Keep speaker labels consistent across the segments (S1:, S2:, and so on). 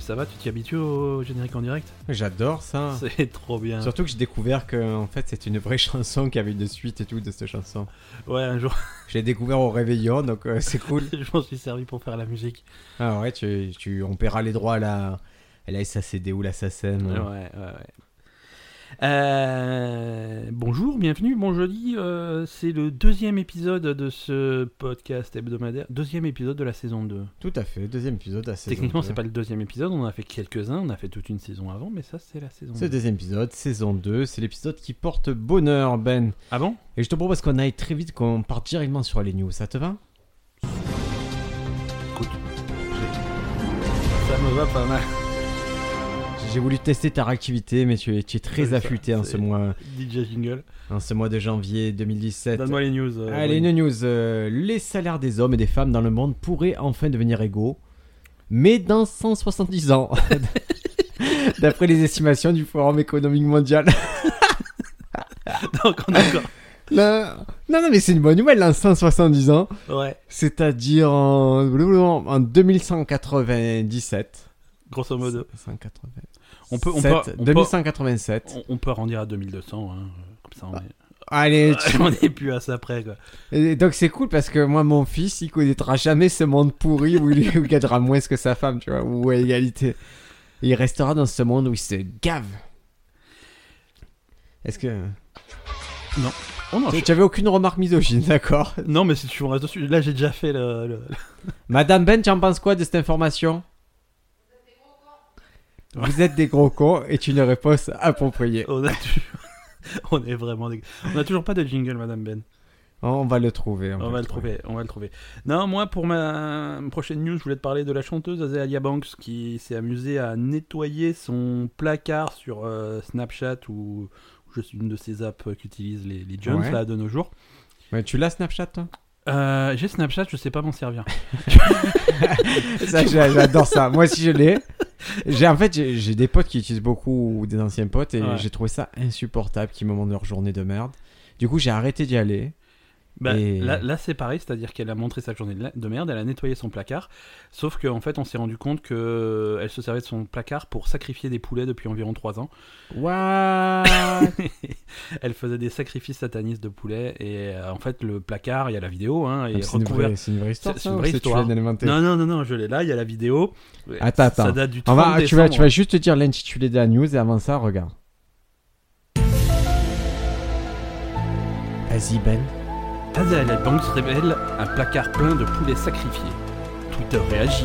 S1: ça va, tu t'y habitues au générique en direct
S2: J'adore ça.
S1: C'est trop bien.
S2: Surtout que j'ai découvert que en fait c'est une vraie chanson qui avait une suite et tout de cette chanson.
S1: Ouais, un jour,
S2: Je l'ai découvert au réveillon donc euh, c'est cool.
S1: je m'en suis servi pour faire la musique.
S2: Ah ouais, tu, tu- on paiera les droits à la, à la SACD ou la SACEM.
S1: Ouais, ouais, ouais. Euh, bonjour, bienvenue, bon jeudi. euh, c'est le deuxième épisode de ce podcast hebdomadaire. Deuxième épisode de la saison 2.
S2: Tout à fait, deuxième épisode de la saison
S1: Techniquement,
S2: 2.
S1: c'est pas le deuxième épisode. On en a fait quelques-uns. On a fait toute une saison avant, mais ça, c'est la saison
S2: Ce
S1: 2.
S2: deuxième épisode, saison 2, c'est l'épisode qui porte bonheur, Ben.
S1: Ah bon
S2: Et je te propose qu'on aille très vite, qu'on parte directement sur les news, ça te va
S1: Écoute, j'ai- ça me va pas mal.
S2: J'ai voulu tester ta réactivité, mais tu es, tu es très
S1: C'est ça,
S2: affûté en ce,
S1: c'est-
S2: mois,
S1: DJ Jingle,
S2: en ce mois de janvier 2017.
S1: donne-moi les news. euh,
S2: Allez,
S1: Wayne.
S2: une news. euh, les salaires des hommes et des femmes dans le monde pourraient enfin devenir égaux, mais dans 170 ans, d'après les estimations du Forum économique mondial.
S1: Donc, on est encore.
S2: Là- Non, non, mais c'est une bonne nouvelle, dans 170 ans,
S1: Ouais,
S2: c'est-à-dire en, en 2197.
S1: grosso modo.
S2: 180.
S1: On peut- on
S2: Sept,
S1: peut- on peut-
S2: 2187.
S1: On, on peut arrondir à 2200, hein, comme ça on est,
S2: Allez, tu-
S1: on est plus à ça près. Quoi.
S2: Et donc c'est cool parce que moi, mon fils, il connaîtra jamais ce monde pourri où il où il gagnera moins que sa femme, tu vois, ou à égalité. Et il restera dans ce monde où il se gave. Est-ce que.
S1: Oh non,
S2: Tu
S1: je-
S2: tu avais aucune remarque misogyne, d'accord
S1: non, mais si tu restes dessus, là j'ai déjà fait le. le-
S2: Madame Ben, tu en penses quoi de cette information Vous êtes des gros cons et une réponse appropriée.
S1: on, a tu- on est vraiment. dégue- On a toujours pas de jingle, Madame Ben.
S2: On va le trouver.
S1: On va le trouver, on va le trouver. Non, moi pour ma prochaine news, je voulais te parler de la chanteuse Azalea Banks qui s'est amusée à nettoyer son placard sur euh, Snapchat ou ou je suis une de ces apps qu'utilisent les, les jeunes
S2: Ouais.
S1: là de nos jours.
S2: Ouais, tu l'as Snapchat toi
S1: Euh, J'ai Snapchat, je sais pas m'en servir.
S2: Ça, j'a- j'adore ça. Moi aussi, je l'ai. J'ai en fait, j'ai j'ai des potes qui utilisent beaucoup ou des anciens potes et
S1: Ouais.
S2: j'ai trouvé ça insupportable qui me demandent leur journée de merde. Du coup, j'ai arrêté d'y aller.
S1: Bah,
S2: Et-
S1: Là, là, c'est pareil, c'est-à-dire qu'elle a montré sa journée de la- de merde, elle a nettoyé son placard, sauf qu'en fait on s'est rendu compte que euh, elle se servait de son placard pour sacrifier des poulets depuis environ 3 ans.
S2: Waouh
S1: elle faisait des sacrifices satanistes de poulets et euh, en fait le placard, il y a la vidéo, hein, et
S2: Ah, C'est une,
S1: recouvert.
S2: vraie- c'est une vraie histoire.
S1: C'est
S2: ça,
S1: une
S2: ou
S1: vraie
S2: tu
S1: histoire.
S2: viens d'inventer
S1: Non, non, non, non, je l'ai là, il y a la vidéo.
S2: Attends, attends.
S1: Ça date du 30
S2: On va, tu, vas,
S1: décembre.
S2: tu vas juste te dire l'intitulé de la news et avant ça, regarde. Vas-y, Ben.
S1: Azalea Banks révèle un placard plein de poulets sacrifiés. Twitter réagit.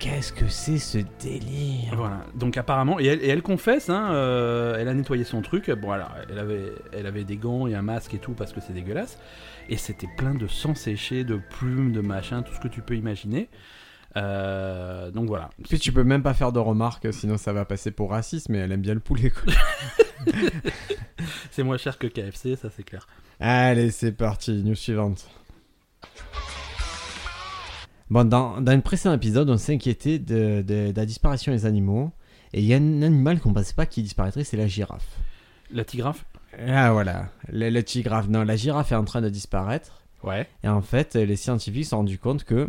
S2: Qu'est-ce que c'est ce délire
S1: Voilà, donc apparemment, et elle, et elle confesse, hein, euh, elle a nettoyé son truc, bon alors, elle avait, elle avait des gants et un masque et tout parce que c'est dégueulasse, et c'était plein de sang séché, de plumes, de machin, tout ce que tu peux imaginer. Euh, donc voilà.
S2: Puis tu peux même pas faire de remarques, sinon ça va passer pour raciste, mais elle aime bien le poulet, quoi.
S1: C'est moins cher que KFC, ça c'est clair.
S2: Allez, c'est parti, news suivante. Bon, dans, dans le précédent épisode, on s'inquiétait de, de- de la disparition des animaux. Et il y a un animal qu'on pensait pas qui disparaîtrait, c'est la girafe.
S1: La tigrafe
S2: Ah voilà, le, le tigraf. Non, la girafe est en train de disparaître.
S1: Ouais.
S2: Et en fait, les scientifiques se sont rendus compte que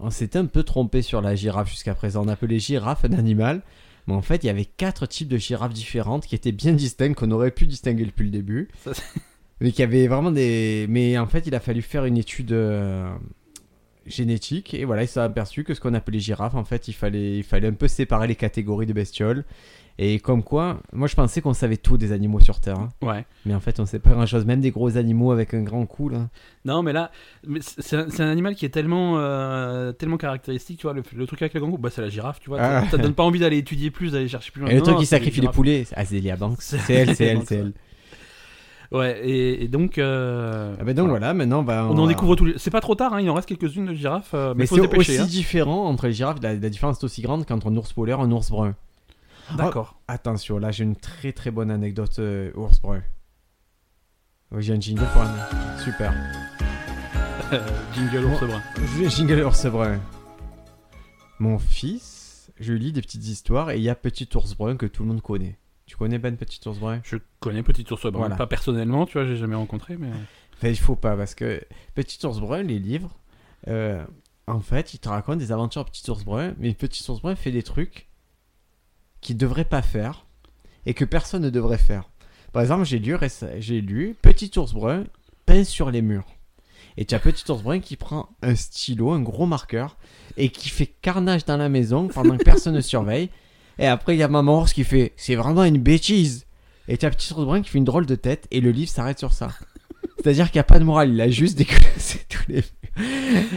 S2: on s'était un peu trompé sur la girafe jusqu'à présent. On appelait girafe un animal. Mais en fait, il y avait quatre types de girafes différentes qui étaient bien distinctes, qu'on aurait pu distinguer depuis le début.
S1: Ça,
S2: mais qui avait vraiment des. Mais en fait, il a fallu faire une étude euh, génétique et voilà, ils se sont aperçus que ce qu'on appelait girafe, en fait, il fallait, il fallait un peu séparer les catégories de bestioles. Et comme quoi, moi je pensais qu'on savait tout des animaux sur Terre, hein.
S1: Ouais.
S2: mais en fait on sait pas grand chose, même des gros animaux avec un grand cou là.
S1: Non, mais là, mais c'est c'est un, c'est un animal qui est tellement, euh, tellement caractéristique, tu vois, le, le truc avec le kangourou, bah c'est la girafe, tu vois,
S2: Ah.
S1: ça, ça donne pas envie d'aller étudier plus, d'aller chercher plus loin.
S2: Et le
S1: Non,
S2: truc qui
S1: c'est
S2: sacrifie les
S1: girafe.
S2: poulets, c'est Azélia Banks, c'est elle, c'est elle, c'est elle.
S1: Ouais, et, et donc. euh,
S2: Ah bah donc voilà, maintenant on va.
S1: On en
S2: va-
S1: découvre tous les. C'est pas trop tard, hein, il en reste quelques-unes de girafes, euh, mais,
S2: Mais
S1: faut
S2: c'est
S1: se dépêcher.
S2: aussi différent entre les girafes, la, la différence est aussi grande qu'entre un ours polaire et un ours brun.
S1: hein.
S2: Ah.
S1: D'accord.
S2: Attention, là j'ai une très très bonne anecdote euh, ours brun. Oui, j'ai un jingle pour un. Super.
S1: Euh, Jingle ours brun.
S2: Le jingle ours brun. Mon fils, je lui lis des petites histoires et il y a Petit ours brun que tout le monde connaît. Tu connais Ben Petit ours brun
S1: Je connais Petit ours brun,
S2: Voilà.
S1: pas personnellement, tu vois,
S2: Ben,
S1: j'ai jamais rencontré, mais.
S2: Enfin, il faut pas parce que Petit ours brun, les livres, euh, en fait, il te raconte des aventures Petit Ours Brun, mais Petit Ours Brun fait des trucs qu'il devrait pas faire et que personne ne devrait faire. Par exemple, j'ai lu, réce- j'ai lu Petit Ours Brun peint sur les murs. Et tu as Petit Ours Brun qui prend un stylo, un gros marqueur, et qui fait carnage dans la maison pendant que personne ne surveille. Et après, il y a Maman Ours qui fait C'est vraiment une bêtise Et tu as Petit Ours Brun qui fait une drôle de tête, et le livre s'arrête sur ça. C'est-à-dire qu'il n'y a pas de morale, il a juste dégueulassé tous les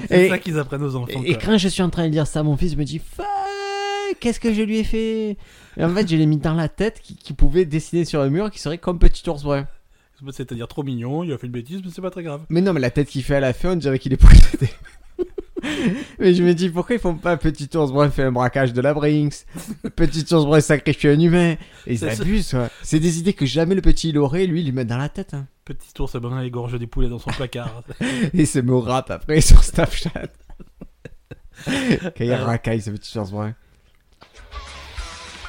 S1: C'est
S2: Et-
S1: ça qu'ils apprennent aux enfants.
S2: et
S1: quoi.
S2: quand je suis en train de dire ça, mon fils me dit Fuck, qu'est-ce que je lui ai fait Et en fait, je l'ai mis dans la tête qui, qui pouvait dessiner sur un mur qui serait comme petit ours brun.
S1: C'est-à-dire trop mignon, il a fait une bêtise, mais c'est pas très grave.
S2: Mais non, mais la tête qu'il fait à la fin, on dirait qu'il est possédé. mais je me dis pourquoi ils font pas petit ours brun fait un braquage de la Brinks Petit ours brun sacrifie un humain. Et ils
S1: C'est ça.
S2: abusent, quoi. C'est des idées que jamais le petit il aurait, lui, il lui met dans la tête. hein.
S1: Petit ours brun égorge des poulets dans son placard.
S2: Et c'est mot rap après sur Snapchat. Quand il racaille ce petit ours brun.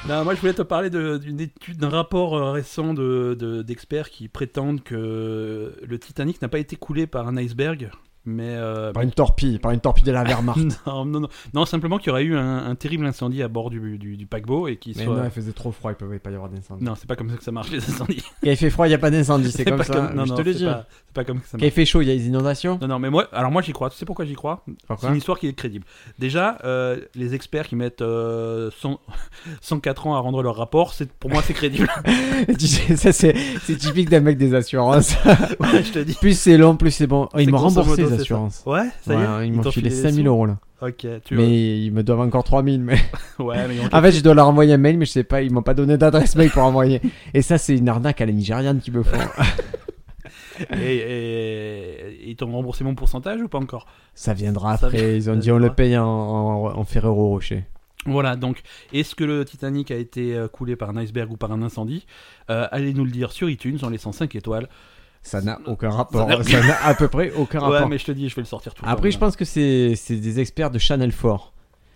S1: Non, moi je voulais te parler de- d'une étude, d'un rapport euh, récent de- de- d'experts qui prétendent que le Titanic n'a pas été coulé par un iceberg, mais euh,
S2: Par une torpille, par une torpille de la Wehrmacht.
S1: non, non, non. Non, simplement qu'il y aurait eu un, un terrible incendie à bord du, du- du paquebot et qu'il
S2: Mais
S1: soit.
S2: non, il faisait trop froid, il pouvait pas y avoir d'incendie.
S1: Non, c'est pas comme ça que ça marche les incendies.
S2: Quand il fait froid, il n'y a pas d'incendie, c'est comme
S1: pas
S2: ça.
S1: comme- non,
S2: je
S1: non,
S2: te le
S1: c'est
S2: dis.
S1: pas- C'est pas comme ça que ça
S2: Quand il
S1: marche.
S2: fait chaud, il y a des inondations.
S1: Non, non, mais moi, alors moi j'y crois. Tu sais pourquoi j'y crois C'est une histoire qui est crédible. Déjà, euh, les experts qui mettent euh, 100 104 ans à rendre leur rapport, c'est pour moi c'est crédible.
S2: Tu sais, ça, c'est c'est typique d'un mec des assurances.
S1: Ouais, je te dis.
S2: plus c'est long, plus c'est bon. Oh,
S1: C'est
S2: ils m'ont
S1: grosso
S2: remboursé
S1: modo, c'est
S2: les
S1: ça.
S2: assurances.
S1: Ouais, ça y est.
S2: Ouais, ils m'ont
S1: t'ont
S2: filé
S1: des
S2: 5000
S1: sous
S2: euros là.
S1: Ok, tu vois.
S2: Mais Ah. ils me doivent encore 3000. Mais...
S1: Ouais, mais ils ont-
S2: En fait, je dois leur envoyer un mail, mais je sais pas, ils m'ont pas donné d'adresse mail pour envoyer. Et ça, c'est une arnaque à la Nigériane qui me font.
S1: et, et- ils t'ont remboursé mon pourcentage ou pas encore
S2: Ça viendra
S1: Ça
S2: après. Ils ont
S1: ça
S2: dit on le
S1: viendra.
S2: paye en, en, en Ferrero Rocher.
S1: Voilà, donc est-ce que le Titanic a été euh, coulé par un iceberg ou par un incendie Euh, Allez nous le dire sur iTunes en laissant 5 étoiles.
S2: Ça n'a aucun rapport.
S1: n'a-
S2: Ça n'a à peu près aucun rapport.
S1: Ouais, mais je te dis, je vais le sortir tout le
S2: Après, je
S1: temps.
S2: pense que c'est c'est des experts de Channel 4.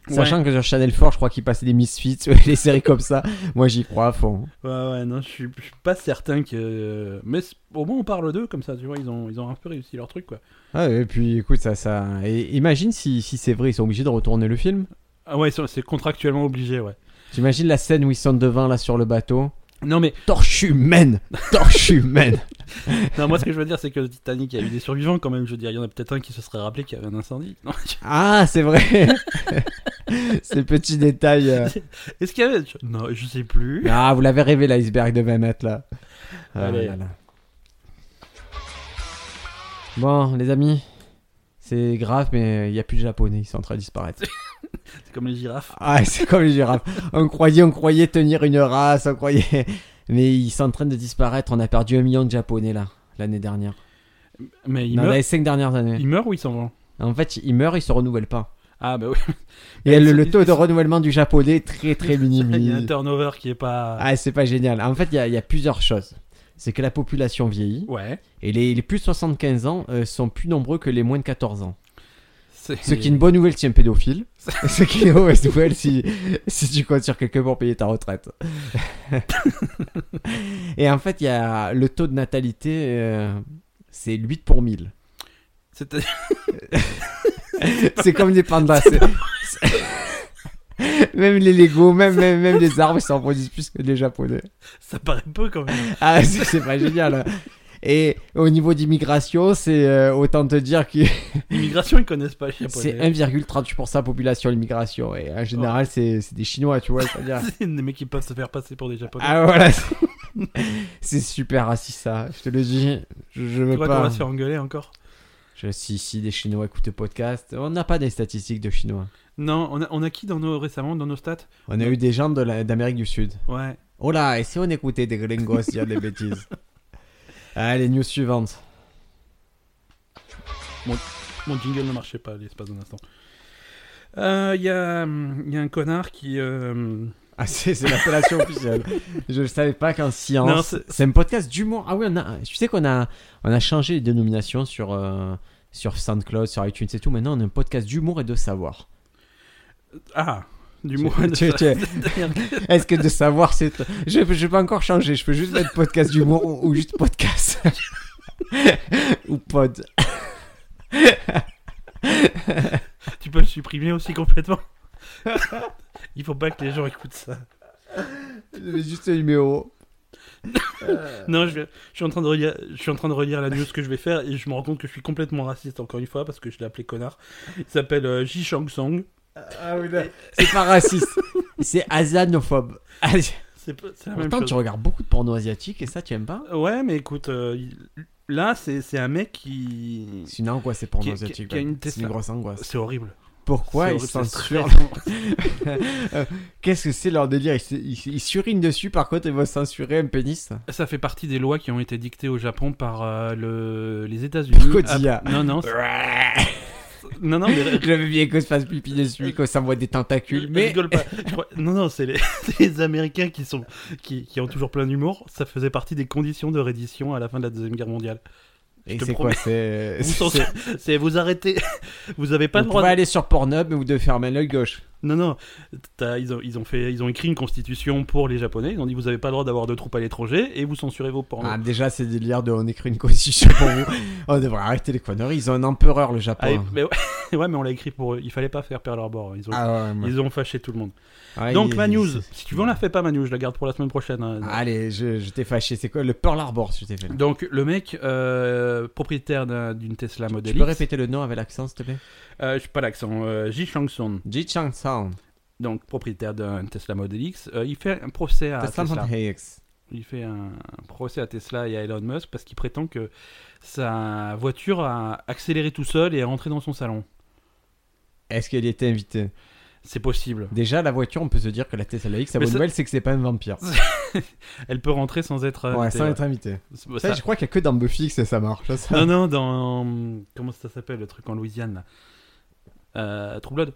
S1: Ouais.
S2: Sachant que sur Channel 4, je crois qu'ils passaient des Misfits, des séries comme ça. Moi, j'y crois à fond.
S1: Ouais, ouais, non, je suis, je suis pas certain que. Mais c'est- au moins, on parle d'eux comme ça, tu vois, ils ont, ils ont un peu réussi leur truc, quoi.
S2: Ah, et puis, écoute, ça. ça... Et imagine si, si c'est vrai, ils sont obligés de retourner le film.
S1: Ah ouais, c'est c'est contractuellement obligé, ouais.
S2: T'imagines la scène où ils sont devant, là, sur le bateau.
S1: Non, mais
S2: Torche humaine Torche humaine
S1: non, moi, ce que je veux dire, c'est que le Titanic, il y a eu des survivants quand même. Je veux dire, il y en a peut-être un qui se serait rappelé qu'il y avait un incendie. Non, je-
S2: Ah, c'est vrai Ces petits détails. euh.
S1: Est-ce qu'il y avait. je- Non, je sais plus.
S2: Ah, vous l'avez rêvé, l'iceberg de 20 mètres, là. Ah
S1: Allez.
S2: là là. Bon, les amis, c'est grave, mais il n'y a plus de japonais, ils sont en train de disparaître.
S1: C'est comme les girafes.
S2: ah, c'est comme les girafes. On croyait, on croyait tenir une race, on croyait... Mais ils sont en train de disparaître, on a perdu un million de japonais, là, l'année dernière.
S1: Mais ils
S2: Dans
S1: meurent.
S2: les cinq dernières années.
S1: Ils meurent ou ils s'en vont
S2: En fait, ils meurent, ils se renouvellent pas.
S1: Ah, bah oui.
S2: Et
S1: ils
S2: le,
S1: sont-
S2: le
S1: ils-
S2: taux
S1: ils
S2: de
S1: sont-
S2: renouvellement du japonais est très très minime.
S1: Il y a un turnover qui est pas.
S2: Ah, c'est pas génial. En fait, il y, a- il y a plusieurs choses. C'est que la population vieillit
S1: Ouais.
S2: et les, les plus de 75 ans euh, sont plus nombreux que les moins de 14 ans.
S1: C'est
S2: Ce qui est une bonne nouvelle si un pédophile. Ce qui est une mauvaise nouvelle si, si tu comptes sur quelqu'un pour payer ta retraite. et en fait, il y a le taux de natalité, euh, c'est 8 pour 1000.
S1: C'est-
S2: C'est comme des pandas. c'est- c'est- même les Lego, même, même, même les arbres, ils s'en produisent plus que les Japonais.
S1: Ça paraît peu quand même.
S2: Ah, c'est c'est pas génial. hein. Et au niveau d'immigration, c'est euh, autant te dire que
S1: L'immigration, ils connaissent pas les
S2: c'est
S1: japonais. Oh.
S2: 1,38% de la population l'immigration. Et en général, c'est c'est des Chinois, tu vois. c'est-à-dire-
S1: C'est des mecs qui peuvent se faire passer pour des japonais.
S2: Ah voilà. c'est- C'est super raciste ça, je te le dis. Je, je
S1: tu
S2: veux
S1: crois qu'on
S2: pas.
S1: va se faire engueuler encore
S2: Je, si, si, des Chinois écoutent le podcast. On n'a pas des statistiques de Chinois.
S1: Non, on a, on a qui dans nos, récemment dans nos stats
S2: On a eu des gens de la- d'Amérique du Sud.
S1: Ouais.
S2: Oh là, et si on écoutait des gringos dire des bêtises Allez, news suivante.
S1: Mon jingle ne marchait pas, l'espace d'un instant. Euh, Il y, a, hum, il y a un connard qui. euh,
S2: Ah, c'est c'est l'appellation officielle. Je ne savais pas qu'en science.
S1: Non, c'est-
S2: c'est un podcast d'humour. Ah oui, on a, tu sais qu'on a, on a changé les dénominations sur, euh, sur SoundCloud, sur iTunes et tout. Maintenant, on a un podcast d'humour et de savoir.
S1: Ah Du mot.
S2: Tu- tu- Est-ce que de savoir, c'est. Je ne vais pas encore changer. Je peux juste mettre podcast d'humour ou, ou juste podcast. ou pod.
S1: tu peux le supprimer aussi complètement. Il faut pas que les gens écoutent ça.
S2: J'avais juste le numéro.
S1: Non, je, vais- je suis en train de relire, je suis en train de relire la news que je vais faire et je me rends compte que je suis complètement raciste encore une fois parce que je l'ai appelé connard. Il s'appelle euh, Ji Shang Song.
S2: Ah oui, c'est pas raciste. C'est asianophobe.
S1: C'est pas- c'est la même
S2: Pourtant,
S1: chose.
S2: tu regardes beaucoup de porno asiatique et ça, tu aimes pas
S1: Ouais, mais écoute, euh, il- là, c'est c'est un mec qui.
S2: C'est une angoisse, ces pornos
S1: Qui- qui-
S2: asiatiques.
S1: qui a
S2: ouais.
S1: une
S2: hein. C'est une
S1: testa-
S2: grosse angoisse.
S1: C'est horrible.
S2: Pourquoi
S1: C'est
S2: ils
S1: horrible, c'est
S2: censurent
S1: très long.
S2: Qu'est-ce que c'est leur délire ils, se- ils- ils surinent dessus, par contre, ils vont censurer un pénis
S1: Ça fait partie des lois qui ont été dictées au Japon par euh, le... les États-Unis.
S2: Cotilla.
S1: Ah, non, non, c'est- non, non, mais
S2: J'avais bien que se fasse pipi dessus, qu'on s'envoie des tentacules,
S1: Mais
S2: mais...
S1: rigole pas. Je crois- Non, non, c'est les... c'est les Américains qui, sont... qui, qui ont toujours plein d'humour. Ça faisait partie des conditions de reddition à la fin de la Deuxième Guerre mondiale.
S2: Et
S1: Je te
S2: c'est quoi
S1: promets.
S2: C'est...
S1: Vous
S2: c'est-
S1: censure- C'est vous arrêtez. Vous avez pas le
S2: Vous
S1: droit.
S2: pouvez
S1: de-
S2: aller sur Pornhub, mais vous devez fermer l'œil gauche.
S1: Non, non. T'as- Ils ont, ils, ont fait... ils ont écrit une constitution pour les Japonais. Ils ont dit vous avez pas le droit d'avoir de troupes à l'étranger et vous censurez vos pornos.
S2: Ah, déjà, c'est des liards de on écrit une constitution pour vous. On devrait arrêter les conneries. Ils ont un empereur, le Japon.
S1: Ah, et- mais... ouais, ouais, mais on l'a écrit pour eux. Il fallait pas faire Pearl Harbor. Ils ont,
S2: Ah, ouais, moi-
S1: ils ont fâché tout le monde.
S2: ouais,
S1: Donc,
S2: il-
S1: ma news.
S2: c'est- Ah.
S1: Si tu veux, on la fait pas, ma news. Je la garde pour la semaine prochaine. hein.
S2: Allez, je, je t'ai fâché. C'est quoi le Pearl Harbor, je t'ai fait. là.
S1: Donc, le mec, euh, propriétaire d'un- d'une Tesla Model
S2: Tu peux
S1: X,
S2: répéter le nom avec l'accent, s'il te plaît
S1: Euh, je sais pas l'accent. Euh, Ji Chang-sun,
S2: Ji Chang Sound.
S1: donc propriétaire d'un Tesla Model X, euh, il fait un procès à
S2: Tesla
S1: Tesla.
S2: Model X.
S1: Il fait un, un procès à Tesla et à Elon Musk parce qu'il prétend que sa voiture a accéléré tout seul et est rentrée dans son salon.
S2: Est-ce qu'elle était invitée
S1: C'est possible.
S2: Déjà, la voiture, on peut se dire que la Tesla X, la
S1: Mais
S2: bonne
S1: ça-
S2: nouvelle, c'est que c'est pas un vampire.
S1: Elle peut rentrer sans être.
S2: Ouais,
S1: invitée,
S2: sans
S1: ouais.
S2: être invité.
S1: C'est- bah,
S2: Ça,
S1: ça-
S2: je crois qu'il y a que dans Buffy que ça marche. ça.
S1: Non, non, dans. Comment ça s'appelle le truc en Louisiane là euh, True Blood.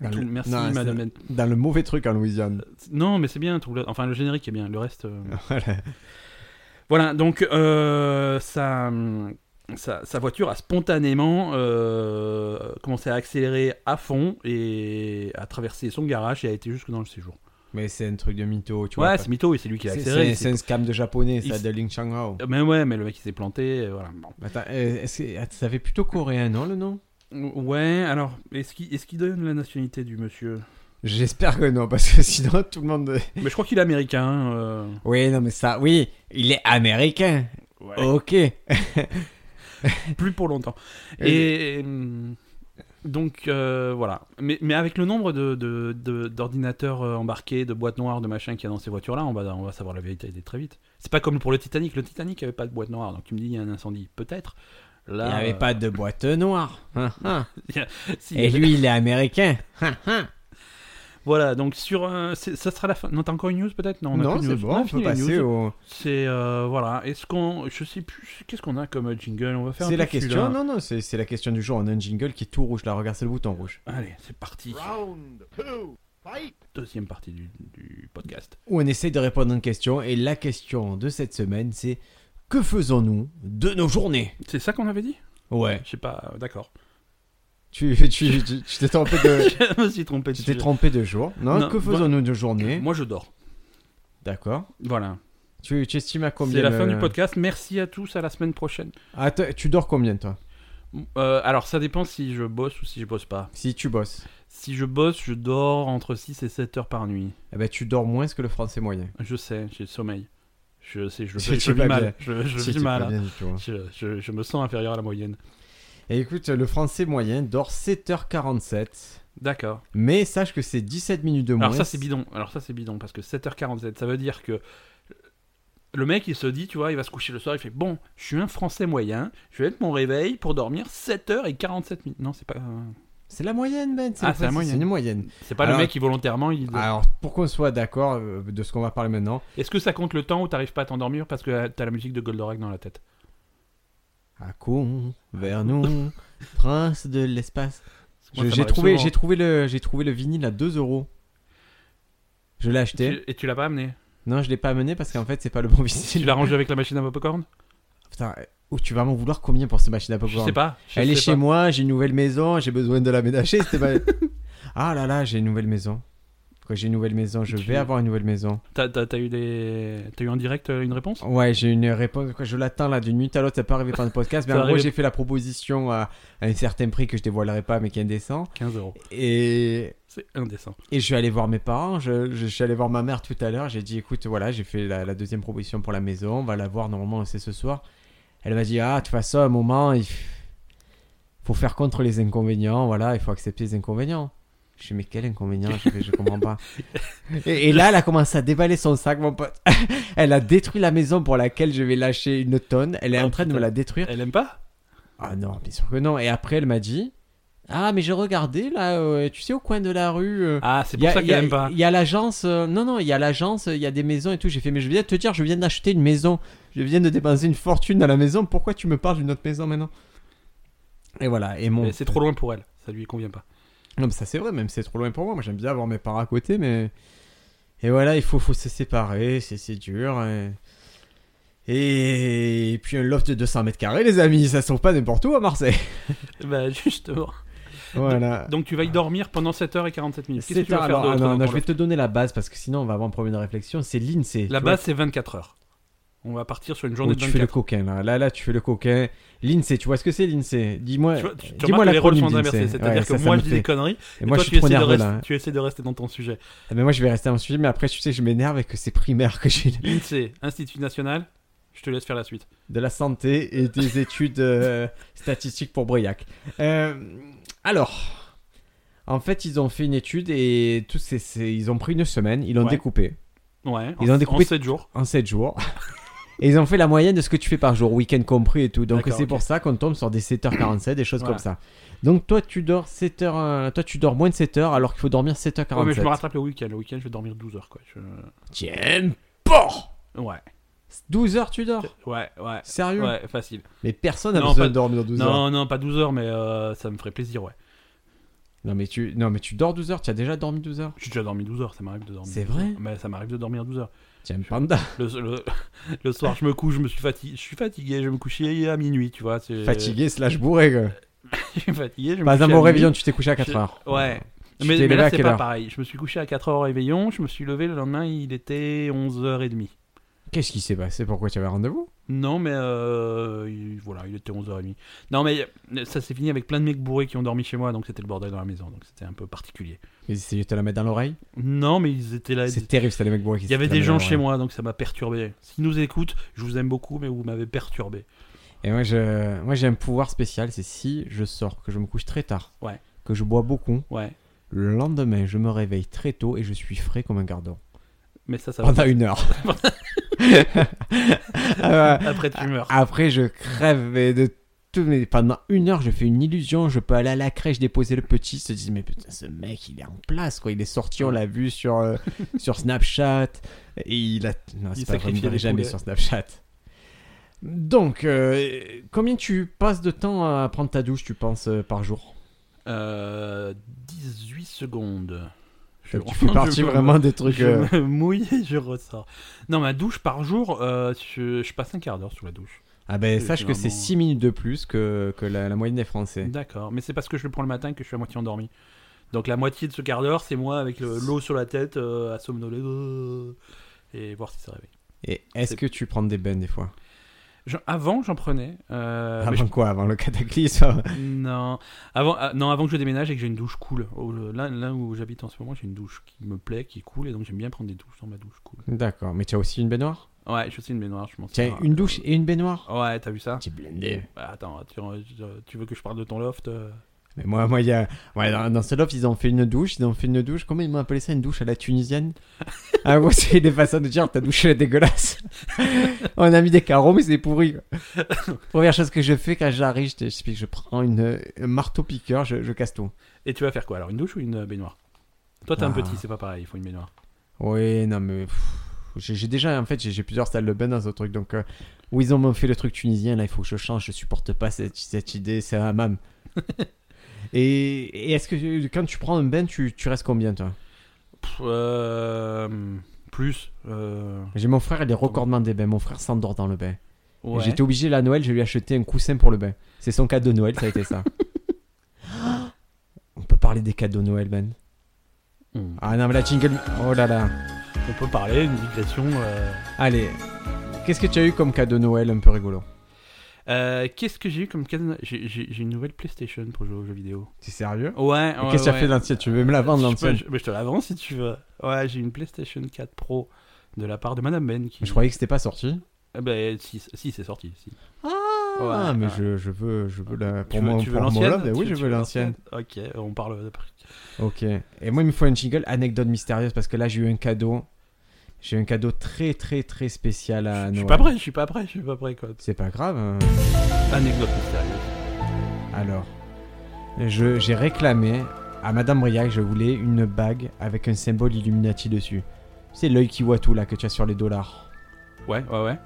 S2: Dans
S1: True-
S2: Ben, le-
S1: Merci,
S2: non, c'est-
S1: madame.
S2: Dans le mauvais truc en Louisiane.
S1: Non, mais c'est bien, True Blood. Enfin, le générique est bien. Le reste. euh,
S2: Voilà.
S1: Voilà, donc euh, sa, sa, sa voiture a spontanément euh, commencé à accélérer à fond et a traversé son garage et a été jusque dans le séjour.
S2: Mais c'est un truc de mytho, tu vois.
S1: ouais, c'est mytho et c'est lui qui a
S2: C'est-
S1: accéléré.
S2: c'est-
S1: il
S2: c'est
S1: s'est-
S2: un scam de japonais,
S1: il
S2: ça,
S1: s-
S2: de Ling Chang-Hao.
S1: Mais ouais, mais le mec il s'est planté, euh, voilà. bon.
S2: Attends, euh, est-ce que- attends, ça fait plutôt coréen, non, le nom
S1: Ouais, alors, est-ce qu'il est-ce qu'il donne la nationalité du monsieur
S2: J'espère que non, parce que sinon tout le monde. euh,
S1: Mais je crois qu'il est américain. hein, euh.
S2: Oui, non, mais ça, oui, il est américain. Ok.
S1: plus pour longtemps. Et euh, donc euh, voilà. Mais, mais avec le nombre de, de- de- d'ordinateurs euh, embarqués, de boîtes noires, de machins qu'il y a dans ces voitures-là, on va, on va savoir la vérité très vite. C'est pas comme pour le Titanic. Le Titanic avait pas de boîte noire. Donc tu me dis il y a un incendie, peut-être.
S2: Il
S1: Là,
S2: n'y avait
S1: euh,
S2: pas de boîte noire. Hein, hein.
S1: si, il y
S2: Et
S1: avait-
S2: lui, il est américain. Hein, hein.
S1: Voilà. Donc sur, euh, c'est- ça sera la fin. Non, t'as encore une news peut-être Non, on a plus de news. On a fini les news.
S2: au.
S1: C'est euh, voilà. Est-ce qu'on, je sais plus, qu'est-ce qu'on a comme jingle On va faire. un
S2: C'est
S1: peu hein.
S2: la
S1: celui-là.
S2: question. Non, non, c'est c'est la question du jour. On a un jingle qui est tout rouge là. Regarde, c'est le bouton rouge.
S1: Allez, c'est parti. Deuxième partie du- du podcast.
S2: Où on essaye de répondre à une question. Et la question de cette semaine, c'est que faisons-nous de nos journées
S1: C'est ça qu'on avait dit
S2: Ouais.
S1: Je sais pas, euh, d'accord.
S2: Tu tu- tu- tu- tu t'es trompé de.
S1: je me suis trompé de
S2: Tu t'es
S1: sujet.
S2: trompé de jour. Non,
S1: Non,
S2: que
S1: moi-
S2: faisons-nous de journée
S1: Moi je dors.
S2: D'accord.
S1: Voilà.
S2: Tu, tu estimes à combien
S1: C'est la fin
S2: le-
S1: du podcast. Merci à tous, à la semaine prochaine.
S2: Ah, toi, tu dors combien toi
S1: Euh, alors ça dépend si je bosse ou si je bosse pas.
S2: Si tu bosses,
S1: Si je bosse, je dors entre 6 et 7 heures par nuit.
S2: eh ben, tu dors moins que le français moyen.
S1: Je sais, j'ai le sommeil. Je sais, je,
S2: C'est-
S1: je,
S2: c'est
S1: vis
S2: pas bien.
S1: mal. Je, je
S2: Si,
S1: vis
S2: t'es
S1: mal.
S2: pas bien du tout, hein.
S1: Je, je- je me sens inférieur à la moyenne.
S2: Et écoute, le français moyen dort 7h47.
S1: D'accord.
S2: Mais sache que c'est 17 minutes de moins.
S1: Alors ça c'est bidon. Alors ça c'est bidon parce que 7h47, ça veut dire que le mec il se dit, tu vois, il va se coucher le soir, il fait bon, je suis un français moyen, je vais mettre mon réveil pour dormir 7h47 minutes. Non, c'est pas
S2: C'est la moyenne, Ben. C'est
S1: Ah,
S2: le
S1: c'est la
S2: français,
S1: moyenne.
S2: C'est une moyenne.
S1: c'est pas
S2: Alors- ah.
S1: le mec qui volontairement il
S2: Alors, pour qu'on soit d'accord euh, de ce qu'on va parler maintenant.
S1: Est-ce que ça compte le temps où t'arrives pas à t'endormir parce que t'as la musique de Goldorak dans la tête
S2: À con, vers nous, prince de l'espace.
S1: Moi,
S2: Je-
S1: ça
S2: J'ai
S1: m'arrive
S2: trouvé,
S1: souvent.
S2: j'ai trouvé, le- j'ai trouvé le vinyle à 2 euros. Je l'ai acheté.
S1: Tu- Et tu l'as pas amené
S2: Non, je l'ai pas amené parce qu'en fait, c'est pas le bon
S1: Tu
S2: vinyle.
S1: l'as rangé avec la machine à popcorn
S2: Putain, où tu vas m'en vouloir combien pour cette machine à
S1: Je
S2: popcorn
S1: sais pas. je
S2: Elle est
S1: sais
S2: chez
S1: pas.
S2: moi, j'ai une nouvelle maison, j'ai besoin de l'aménager. C'était pas... ah là là, j'ai une nouvelle maison. Quand j'ai une nouvelle maison, je
S1: Tu-
S2: vais avoir une nouvelle maison.
S1: T'as t'as- t'as eu, des... t'as eu en direct euh, une réponse
S2: Ouais, j'ai une réponse. quoi, Je l'attends là d'une minute à l'autre. Ça peut arriver pendant le podcast. Mais
S1: Ça
S2: en gros,
S1: arrive.
S2: j'ai fait la proposition à, à un certain prix que je dévoilerai pas, mais qui est indécent.
S1: 15 euros.
S2: Et,
S1: C'est indécent.
S2: et je suis allé voir mes parents. Je, je suis allé voir ma mère tout à l'heure. J'ai dit, écoute, voilà, j'ai fait la, la deuxième proposition pour la maison. On va la voir normalement, c'est ce soir. Elle m'a dit, ah, de toute façon, à un moment, il f- faut faire contre les inconvénients. Voilà, il faut accepter les inconvénients. Je suis mais quel inconvénient Je fais, je comprends pas. Et, et là, elle a commencé à déballer son sac, mon pote. elle a détruit la maison pour laquelle je vais lâcher une tonne. Elle est
S1: Ah,
S2: en train de me
S1: putain.
S2: la détruire.
S1: Elle aime pas
S2: Ah non, bien sûr que non. Et après, elle m'a dit, ah, mais j'ai regardé là, euh, tu sais, au coin de la rue. euh,
S1: Ah, c'est
S2: y
S1: pour
S2: a-
S1: ça
S2: y a-
S1: qu'elle aime pas.
S2: Il y a l'agence, euh, non, non, il y a l'agence, euh, il y a des maisons et tout. J'ai fait, mais je viens de te dire, je viens d'acheter une maison. Je viens de dépenser une fortune dans la maison. Pourquoi tu me parles d'une autre maison maintenant Et voilà. Et mon.
S1: Mais C'est trop loin pour elle. Ça lui convient pas.
S2: Non, mais ça c'est vrai, même c'est trop loin pour moi. Moi j'aime bien avoir mes parents à côté, mais. Et voilà, il faut, faut se séparer, c'est c'est dur. Et... et puis un loft de 200 mètres carrés, les amis, ça se trouve pas n'importe où à Marseille.
S1: Bah, justement.
S2: Voilà.
S1: Donc, tu vas y dormir pendant 7h47 minutes. Qu'est-ce que
S2: C'est
S1: tu vas
S2: tard,
S1: faire
S2: alors, ah
S1: d'autre
S2: non,
S1: dans
S2: non,
S1: ton
S2: je vais te donner la base parce que sinon on va avoir un problème de réflexion. C'est l'INSEE.
S1: La
S2: tu vois.
S1: base, c'est 24 heures. On va partir sur une
S2: Oh,
S1: journée
S2: tu
S1: de
S2: fais le
S1: 24
S2: coquin là. là, là, tu fais le coquin. L'INSEE, tu vois ce que c'est l'INSEE Dis-moi.
S1: Tu, vois, tu- tu
S2: dis-moi
S1: remarques que les rôles
S2: l'acronyme
S1: sont
S2: d'INSEE.
S1: inversés. C'est-à-dire
S2: Ouais,
S1: que
S2: ça, ça
S1: moi,
S2: me
S1: je dis
S2: fait.
S1: des conneries.
S2: Et
S1: et
S2: moi,
S1: toi,
S2: je
S1: tu,
S2: suis trop
S1: essaies de
S2: nerveux
S1: rester-
S2: là. hein.
S1: tu essaies de rester dans ton sujet.
S2: Ah, Mais moi, je vais rester en suivi, mais après, tu sais, je m'énerve et que c'est primaire que j'ai
S1: L'INSEE, Institut National. Je te laisse faire la suite.
S2: de la santé et des études euh, statistiques pour Briac. Euh, alors, en fait, ils ont fait une étude et tous ces, ces- ils ont pris une semaine, ils l'ont
S1: Ouais.
S2: découpé
S1: Ouais.
S2: Ils
S1: en,
S2: ont découpé-
S1: 7 jours.
S2: en 7 jours. Et ils ont fait la moyenne de ce que tu fais par jour, week-end compris et tout. Donc c'est
S1: D'accord, ok.
S2: pour ça qu'on tombe sur des 7h47, des choses
S1: Voilà.
S2: comme ça. Donc toi tu dors 7h, euh, toi tu dors moins de 7h alors qu'il faut dormir 7h47.
S1: Ouais, mais je me rattrape le week-end. Le week-end, je vais dormir 12 heures. Quoi. Je-
S2: Tiens, porc
S1: Ouais.
S2: 12h tu dors
S1: Ouais, ouais.
S2: Sérieux
S1: Ouais, facile.
S2: Mais personne n'a
S1: Non,
S2: besoin
S1: pas-
S2: de dormir 12h.
S1: Non, non, pas 12 heures, mais euh, ça me ferait plaisir, ouais.
S2: Non mais tu non mais tu dors 12 heures, tu as déjà dormi 12 heures
S1: J'ai déjà dormi 12 heures, ça m'arrive de dormir.
S2: C'est
S1: 12 heures.
S2: vrai
S1: Mais ça m'arrive de dormir 12 heures.
S2: Tiens panda.
S1: Le, le- le soir, je me couche, je me suis fatigué, je suis fatigué, je me couchais à minuit, tu vois. c'est-
S2: Fatigué slash bourré. quoi.
S1: Je suis fatigué, je me
S2: Pas
S1: couchais
S2: un
S1: à
S2: bon
S1: minuit.
S2: réveillon, tu t'es couché à 4
S1: Je-
S2: heures.
S1: Ouais.
S2: Tu
S1: Mais,
S2: t'es
S1: mais
S2: levé à
S1: là, c'est
S2: quelle
S1: pas
S2: heure
S1: pareil. Je me suis couché à 4h au réveillon, je me suis levé le lendemain, il était 11h30.
S2: Qu'est-ce qui s'est passé Pourquoi tu avais rendez-vous
S1: Non, mais euh, il- voilà, il était 11h30. Non, mais euh, ça s'est fini avec plein de mecs bourrés qui ont dormi chez moi, donc c'était le bordel dans la maison, donc c'était un peu particulier.
S2: Ils essayaient de te la mettre dans l'oreille
S1: Non, mais ils étaient là.
S2: C'est terrible, c'était les mecs bourrés qui
S1: Euh, Il y avait des gens chez moi, donc ça m'a perturbé. S'ils nous écoutent, je vous aime beaucoup, mais vous m'avez perturbé.
S2: Et moi, je... moi j'ai un pouvoir spécial, c'est si je sors, que je me couche très tard,
S1: Ouais.
S2: que je bois beaucoup,
S1: Ouais,
S2: le lendemain je me réveille très tôt et je suis frais comme un gardon.
S1: mais ça, ça va.
S2: Pendant une heure. Euh,
S1: Après, tu meurs.
S2: Après, je crève mais de tout. Mais pendant une heure, je fais une illusion. Je peux aller à la crèche, déposer le petit. Se disent, mais putain, ce mec, il est en place, quoi. Il est sorti, on l'a vu sur, euh, sur Snapchat. Et il a. Non,
S1: Il
S2: c'est pas vrai,
S1: sacrifiait
S2: on verrait
S1: les
S2: jamais
S1: poulets.
S2: sur Snapchat. Donc, euh, combien tu passes de temps à prendre ta douche, tu penses, euh, par jour
S1: Euh, 18 secondes. Je-
S2: Euh, Tu fais partie
S1: je-
S2: vraiment des trucs.
S1: Je
S2: euh,
S1: me mouille et je ressors. Non, ma douche par jour, euh, je, je passe un quart d'heure sous la douche.
S2: Ah ben,
S1: c'est
S2: sache que c'est
S1: vraiment-
S2: 6 minutes de plus que, que la, la moyenne des Français.
S1: D'accord, mais c'est parce que je le prends le matin que je suis à moitié endormi. Donc la moitié de ce quart d'heure, c'est moi avec le- l'eau sur la tête, euh, à somnoler, euh, et voir si ça réveille.
S2: Et est-ce
S1: C'est-
S2: que tu prends des bains des fois
S1: Je- avant, j'en prenais. euh, mais
S2: Avant quoi Avant le cataclysme
S1: je- non. Avant, ah, non, avant que je déménage et que j'ai une douche cool. Au- là, là où j'habite en ce moment, j'ai une douche qui me plaît, qui est cool, et donc j'aime bien prendre des douches dans ma douche cool.
S2: D'accord, mais tu as aussi une baignoire
S1: Ouais, je suis une baignoire, je m'en
S2: Tu as
S1: sers.
S2: une douche et une baignoire
S1: Ouais, t'as vu ça
S2: Ah, Tu es blindé.
S1: Bah, Attends, tu, tu veux que je parle de ton loft euh
S2: Mais moi, moi, il y a... ouais, dans, dans ce loft, ils ont fait une douche, ils ont fait une douche, comment ils m'ont appelé ça, une douche à la tunisienne Ah ouais, c'est des façons de dire, ta douche elle est dégueulasse. On a mis des carreaux, mais c'est pourri. quoi. Première chose que je fais quand j'arrive, je t'explique, je prends une, un marteau-piqueur, je, je casse tout.
S1: Et tu vas faire quoi alors Une douche ou une euh, baignoire Toi, t'es un
S2: Ah.
S1: petit, c'est pas pareil, il faut une baignoire.
S2: Oui, non mais... pff, J'ai j'ai déjà, en fait, j'ai j'ai plusieurs salles de bain dans ce truc, donc... euh, où ils ont fait le truc tunisien, là, il faut que je change, je supporte pas cette, cette idée, c'est un hammam. et et est-ce que quand tu prends un bain, tu, tu restes combien, toi
S1: Pff, euh, plus. euh,
S2: J'ai mon frère, il est recordman des bains, mon frère s'endort dans le bain. Et
S1: ouais.
S2: J'étais obligé, là, à Noël, je lui ai acheté un coussin pour le bain. C'est son cadeau de Noël, ça a été ça. On peut parler des cadeaux de Noël, Ben
S1: On,
S2: Ah non, mais la jingle. Oh là là.
S1: Hmm. on peut parler, une digression. euh.
S2: Allez. Qu'est-ce que tu as eu comme cadeau de Noël un peu rigolo
S1: Euh, Qu'est-ce que j'ai eu comme cadeau J'ai j'ai- j'ai une nouvelle PlayStation pour jouer aux jeux vidéo.
S2: T'es sérieux
S1: Ouais,
S2: Et Qu'est-ce que tu as fait l'ancienne Tu veux me la vendre
S1: Je
S2: l'ancienne
S1: peux- je- mais je te la vends si tu veux. Ouais, j'ai une PlayStation 4 Pro de la part de Madame Ben. Qui...
S2: Je croyais que c'était pas sorti.
S1: Eh ben, si, si c'est sorti. Si.
S2: Ah,
S1: Ouais,
S2: mais
S1: ouais.
S2: Je, je veux, je veux la. Pour
S1: tu veux,
S2: moi,
S1: tu veux
S2: pour mon love,
S1: l'ancienne
S2: ben oui,
S1: Tu-
S2: je
S1: tu
S2: veux l'ancienne. Ah
S1: Ok, on parle après.
S2: Ok. Et moi, il me faut une jingle anecdote mystérieuse parce que là, j'ai eu un cadeau. J'ai eu un cadeau très, très, très spécial à Noël.
S1: je suis pas prêt, je suis pas prêt, je suis pas prêt quoi.
S2: C'est pas grave. hein.
S1: Anecdote mystérieuse.
S2: Alors, je- j'ai réclamé à Madame Briac, je voulais une bague avec un symbole Illuminati dessus. C'est l'œil qui voit tout là que tu as sur les dollars.
S1: Ouais, ouais, ouais.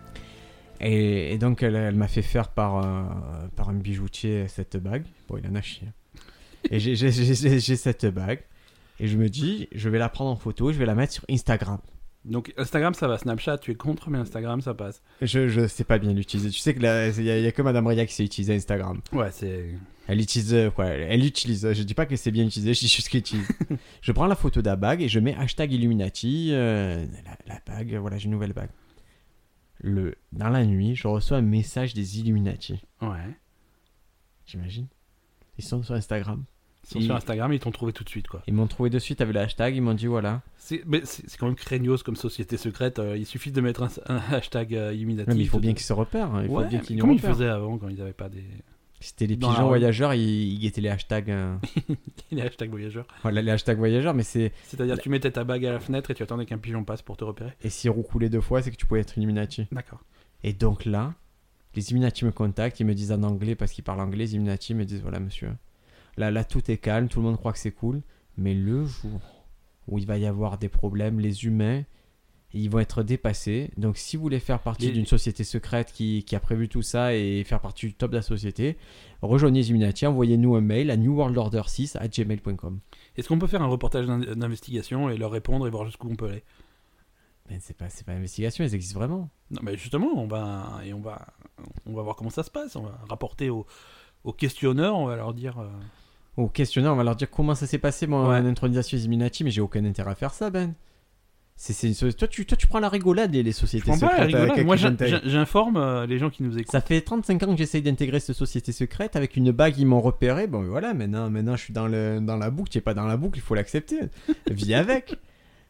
S2: Et, et donc, elle, elle m'a fait faire par, un- par un bijoutier cette bague. Bon, il en a chié. Et j'ai- j'ai- j'ai j'ai- j'ai cette bague. Et je me dis, je vais la prendre en photo, je vais la mettre sur Instagram.
S1: Donc Instagram ça va, Snapchat tu es contre mais Instagram ça passe.
S2: Je, je sais pas bien l'utiliser. Tu sais que là, il y, a- il y a que Madame Briac qui sait utiliser Instagram.
S1: Ouais, c'est
S2: Elle utilise, euh, quoi, elle elle utilise. Je dis pas que c'est bien utilisé, je dis juste qu'elle utilise. je prends la photo de la bague et je mets hashtag Illuminati, euh, la, la bague, voilà, j'ai une nouvelle bague. Le, dans la nuit, je reçois un message des Illuminati.
S1: ouais.
S2: J'imagine. Ils sont sur Instagram.
S1: Ils sont
S2: Ils-
S1: sur Instagram, ils t'ont trouvé tout de suite quoi.
S2: Ils m'ont trouvé de suite avec le hashtag, ils m'ont dit voilà.
S1: C'est mais c'est c'est quand même craignos comme société secrète, euh, il suffit de mettre un, un hashtag euh, illuminatif.
S2: Non, mais il faut bien
S1: de-
S2: qu'ils se repèrent. hein, Il faut
S1: Ouais,
S2: bien
S1: mais
S2: qu'ils nous
S1: Comment ils
S2: repèrent.
S1: faisaient avant quand ils avaient pas des
S2: C'était les
S1: Dans la
S2: pigeons
S1: rue.
S2: voyageurs, ils, ils guettaient les hashtags. euh,
S1: les hashtags voyageurs
S2: voilà, les hashtags voyageurs, mais c'est.
S1: C'est-à-dire tu mettais ta bague à la fenêtre et tu attendais qu'un pigeon passe pour te repérer
S2: Et si roucoulait deux fois, c'est que tu pouvais être Illuminati.
S1: D'accord.
S2: Et donc là, les Illuminati me contactent, ils me disent en anglais parce qu'ils parlent anglais, les Illuminati me disent voilà monsieur, là, là tout est calme, tout le monde croit que c'est cool, mais le jour où il va y avoir des problèmes, les humains, ils vont être dépassés. Donc si vous voulez faire partie
S1: Les-
S2: d'une société secrète qui, qui a prévu tout ça et faire partie du top de la société, rejoignez les Illuminati, envoyez-nous un mail à newworldorder6 à gmail.com.
S1: Est-ce qu'on peut faire un reportage d'in- d'investigation et leur répondre et voir jusqu'où on peut aller
S2: Mais Ben, c'est pas, c'est pas une investigation, ils existent vraiment.
S1: Non mais justement, on va et on va on va voir comment ça se passe, on va rapporter aux aux questionneurs, on va leur dire euh,
S2: Au questionnaire, on va leur dire comment ça s'est passé mon
S1: Ouais.
S2: intronisation des Illuminati, mais j'ai aucun intérêt à faire ça, Ben. C'est, c'est une so- toi, tu, toi, tu prends la rigolade et les
S1: Je
S2: sociétés
S1: prends pas la
S2: secrètes.
S1: rigolade.
S2: avec- avec
S1: Moi,
S2: qui
S1: j'in-
S2: j'intègre.
S1: j'in- j'informe euh, les gens qui nous écoutent.
S2: Ça fait 35 ans que j'essaye d'intégrer cette société secrète avec une bague, ils m'ont repéré. Bon, mais voilà, maintenant, maintenant je suis dans, le, dans la boucle. Tu n'es pas dans la boucle, il faut l'accepter. Vis avec.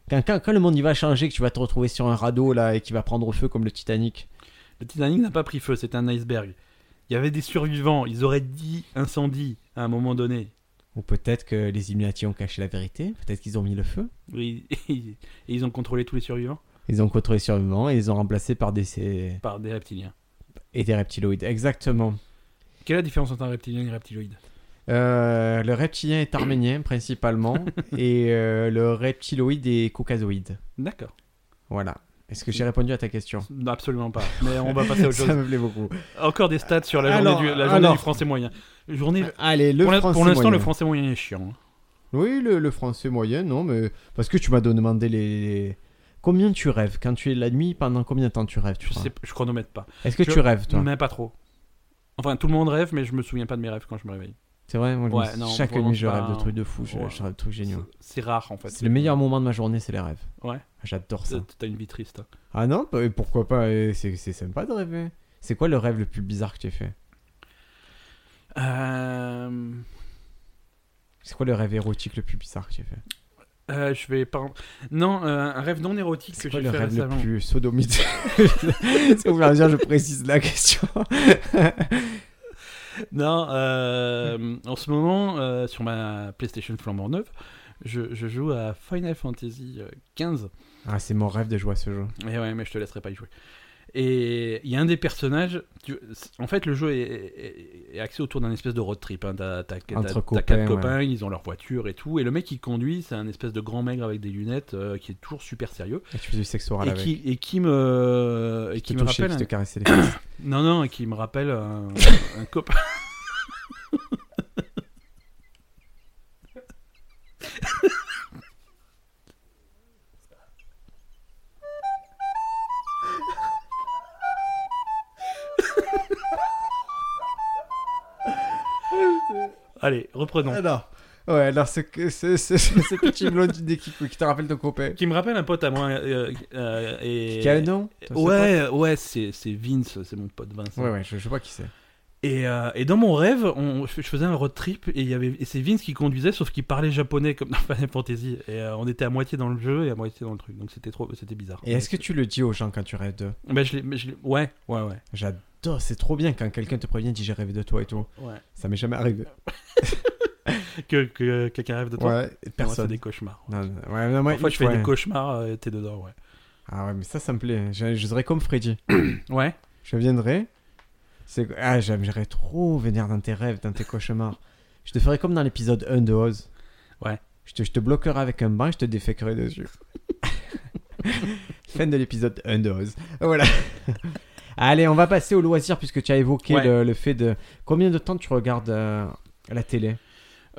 S2: Quand, quand, quand le monde il va changer, que tu vas te retrouver sur un radeau là et qui va prendre feu comme le Titanic.
S1: Le Titanic n'a pas pris feu, c'est un iceberg. Il y avait des survivants, ils auraient dit incendie à un moment donné.
S2: Ou peut-être que les Illuminati ont caché la vérité. Peut-être qu'ils ont mis le feu.
S1: Et, et ils ont contrôlé tous les survivants
S2: Ils ont contrôlé les survivants et ils les ont remplacés par des, ces-
S1: par des reptiliens.
S2: et des reptiloïdes. Exactement.
S1: Quelle est la différence entre un reptilien et un reptiloïde
S2: Euh, le reptilien est arménien principalement et euh, le reptiloïde est caucasoïde.
S1: D'accord.
S2: Voilà. Est-ce que j'ai répondu à ta question
S1: Non, Absolument pas. Mais on va passer à autre
S2: Ça
S1: chose.
S2: me plaît beaucoup.
S1: Encore des stats sur la journée,
S2: Alors,
S1: du, la journée
S2: alors.
S1: du français moyen. Journée...
S2: Allez, le
S1: pour l'in-
S2: français
S1: pour l'instant,
S2: moyen.
S1: le français moyen est chiant. hein.
S2: Oui, le, le français moyen, non, mais parce que tu m'as demandé les, les- combien tu rêves quand tu es la nuit. Pendant combien de temps tu rêves tu
S1: Je,
S2: crois
S1: sais, je chronomètre pas.
S2: Est-ce que
S1: je-
S2: tu rêves toi
S1: Mais pas trop. Enfin, tout le monde rêve, mais je me souviens pas de mes rêves quand je me réveille.
S2: C'est vrai. moi, je me-
S1: Ouais, non,
S2: chaque
S1: vraiment
S2: nuit, je
S1: pas
S2: rêve de
S1: un-
S2: trucs de fou. Je,
S1: Ouais.
S2: je rêve de trucs géniaux.
S1: C'est rare en fait.
S2: C'est le meilleur moment de ma journée, c'est les rêves.
S1: Ouais.
S2: J'adore ça.
S1: T'as t'as une vie triste.
S2: Ah non, bah, et pourquoi pas euh, C'est c'est sympa de rêver. C'est quoi le rêve le plus bizarre que tu as fait
S1: Euh,
S2: C'est quoi le rêve érotique le plus bizarre que tu as fait
S1: euh, je vais pas. Non, euh, un rêve non érotique que
S2: C'est quoi
S1: j'ai
S2: le
S1: fait
S2: rêve le
S1: récemment.
S2: plus sodomite C'est vous dire, je précise la question.
S1: Non, euh, en ce moment, euh, sur ma PlayStation flambant neuve, je, je joue à Final Fantasy euh, 15.
S2: ah, c'est mon rêve de jouer à ce jeu.
S1: Mais Eh ouais, mais je te laisserai pas y jouer. Et il y a un des personnages. tu- En fait, le jeu est, est- est axé autour d'un espèce de road trip. hein. T'as t'as- t'as-
S2: Entre
S1: t'as
S2: copains,
S1: quatre
S2: ouais.
S1: copains, ils ont leur voiture et tout. Et le mec qui conduit, c'est un espèce de grand maigre avec des lunettes euh, qui est toujours super sérieux.
S2: Et tu fais du sexe oral
S1: et,
S2: avec.
S1: qui, et qui me, et
S2: Qui
S1: qui
S2: te
S1: me
S2: touchait,
S1: rappelle hein.
S2: qui
S1: un
S2: te caressait les fesses.
S1: Non, non, et qui me rappelle un, un copain. Allez, reprenons. Ah,
S2: Alors, Ouais, alors ce, que- ce, ce, ce- ce petit blondin d'équipe qui te rappelle ton copain.
S1: Qui me rappelle un pote à moi. euh, euh, et...
S2: Qui a un nom Toi, c'est
S1: Ouais, ouais, c'est c'est Vince, c'est mon pote Vince.
S2: quoi Ouais, ouais, je, je sais pas qui c'est.
S1: Et, euh, et dans mon rêve, on, je faisais un road trip et, il y avait- et c'est Vince qui conduisait, sauf qu'il parlait japonais comme dans Final Fantasy. Et euh, on était à moitié dans le jeu et à moitié dans le truc, donc c'était trop, c'était bizarre.
S2: Et est-ce que tu le dis aux gens quand tu rêves d'eux
S1: Bah, je l'ai- mais je l'ai- ouais, ouais, ouais,
S2: J'adore, c'est trop bien quand quelqu'un te prévient, dit j'ai rêvé de toi et tout.
S1: ouais.
S2: Ça m'est jamais arrivé.
S1: Que, que quelqu'un rêve de toi.
S2: Ouais,
S1: Moi, c'est
S2: personne.
S1: des cauchemars.
S2: Non, non, ouais, non, moi,
S1: Parfois, je fais
S2: ouais.
S1: des cauchemars, euh, t'es dedans, ouais.
S2: Ah ouais, mais ça, ça me plaît. Je, je serais comme Freddy.
S1: Ouais.
S2: Je viendrais. C'est... Ah, j'aimerais trop venir dans tes rêves, dans tes cauchemars. Je te ferais comme dans l'épisode 1 de Oz.
S1: Ouais.
S2: Je te, je te bloquerai avec un bain et je te déféquerai dessus. fin de l'épisode 1 de Oz. Voilà. Allez, on va passer au loisir puisque tu as évoqué
S1: Ouais.
S2: le, le fait de. Combien de temps tu regardes euh, la télé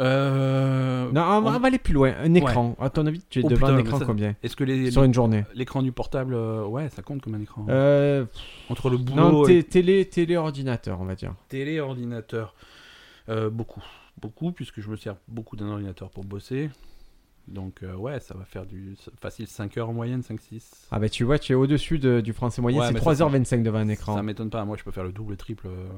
S1: Euh,
S2: Non, on, va-
S1: on-
S2: on va aller plus loin. Un écran. À ton avis, tu es
S1: Oh,
S2: devant
S1: putain,
S2: un
S1: mais
S2: écran
S1: ça-
S2: combien
S1: Est-ce que les-
S2: Sur une journée.
S1: l'écran du portable, euh, ouais, ça compte comme un écran.
S2: Euh,
S1: Entre le boulot
S2: non,
S1: et
S2: té- télé, télé, ordinateur, on va dire.
S1: télé, ordinateur, euh, beaucoup, beaucoup, puisque je me sers beaucoup d'un ordinateur pour bosser. Donc euh, ouais, ça va faire du facile 5 heures en moyenne, 5-6.
S2: Ah bah tu vois, tu es au-dessus de- du français moyen,
S1: Ouais,
S2: c'est
S1: mais ça,
S2: 3h25 devant un écran.
S1: Ça m'étonne pas, moi je peux faire le double, triple. euh,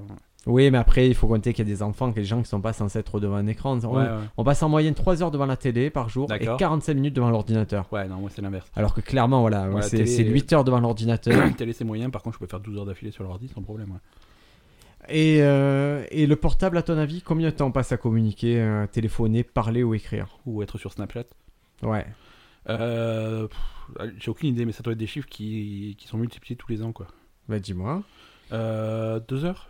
S2: Oui, mais après, il faut compter qu'il y a des enfants, qu'il y a des gens qui sont pas censés être devant un écran. On,
S1: Ouais, ouais.
S2: on passe en moyenne 3 heures devant la télé par jour et
S1: D'accord.
S2: 45 minutes devant l'ordinateur.
S1: Ouais, non, moi c'est l'inverse.
S2: Alors que clairement, voilà,
S1: Ouais, la
S2: c'est,
S1: télé-
S2: c'est 8 heures devant l'ordinateur.
S1: télé c'est moyen, par contre je peux faire 12 heures d'affilée sur l'ordi sans problème. ouais.
S2: et, euh, et le portable, à ton avis, combien de temps on passe à communiquer, euh, téléphoner, parler ou écrire
S1: Ou être sur Snapchat.
S2: Ouais.
S1: Euh, pff, J'ai aucune idée, mais ça doit être des chiffres qui, qui sont multipliés tous les ans quoi.
S2: Bah dis-moi.
S1: 2 heures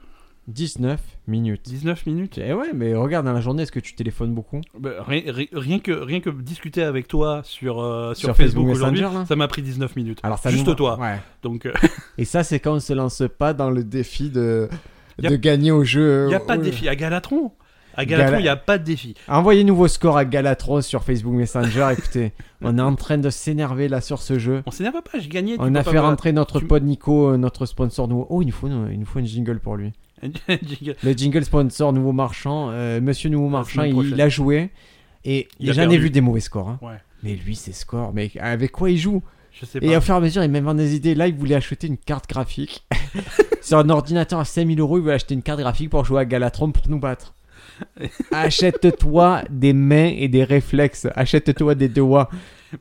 S2: 19 minutes.
S1: 19 minutes
S2: Et Eh ouais, mais regarde, dans la journée, est-ce que tu téléphones beaucoup
S1: Bah, ri- ri- rien, que, rien que discuter avec toi sur, euh, sur,
S2: Sur
S1: Facebook,
S2: Facebook
S1: aujourd'hui,
S2: Messenger, là Ah.
S1: ça m'a pris 19 minutes.
S2: Alors ça
S1: Juste
S2: nous-
S1: toi.
S2: Ouais.
S1: Donc, euh, il
S2: Et ça, c'est quand on se lance pas dans le défi de,
S1: Y a-
S2: de gagner au jeu.
S1: n'y a pas de
S2: au-
S1: défi. À Galatron, à Galatron,
S2: Gala-
S1: il n'y a pas de défi.
S2: Euh, Envoyez-nous vos scores à Galatros sur Facebook Messenger. Écoutez, on est en train de s'énerver là sur ce jeu.
S1: On s'énerve pas, je gagnais. tu
S2: On a
S1: peux pas
S2: fait
S1: me-
S2: rentrer notre
S1: tu-
S2: pote Nico, euh, notre sponsor nouveau. Oh, il nous faut, une- il nous faut une jingle pour lui.
S1: Jingle.
S2: Le jingle sponsor nouveau marchand. euh, Monsieur nouveau marchand,
S1: semaine
S2: il,
S1: prochaine.
S2: il a joué. Et
S1: Il
S2: et
S1: a
S2: j'en ai
S1: perdu.
S2: vu des mauvais scores. hein.
S1: Ouais.
S2: Mais lui, ses scores, mais avec quoi il joue
S1: je sais
S2: Et
S1: pas.
S2: au fur et à mesure, il m'a demandé des idées. Là, il voulait acheter une carte graphique. Sur un ordinateur à 5000 euros, il voulait acheter une carte graphique pour jouer à Galatron pour nous battre. Achète-toi des mains et des réflexes. Achète-toi des doigts.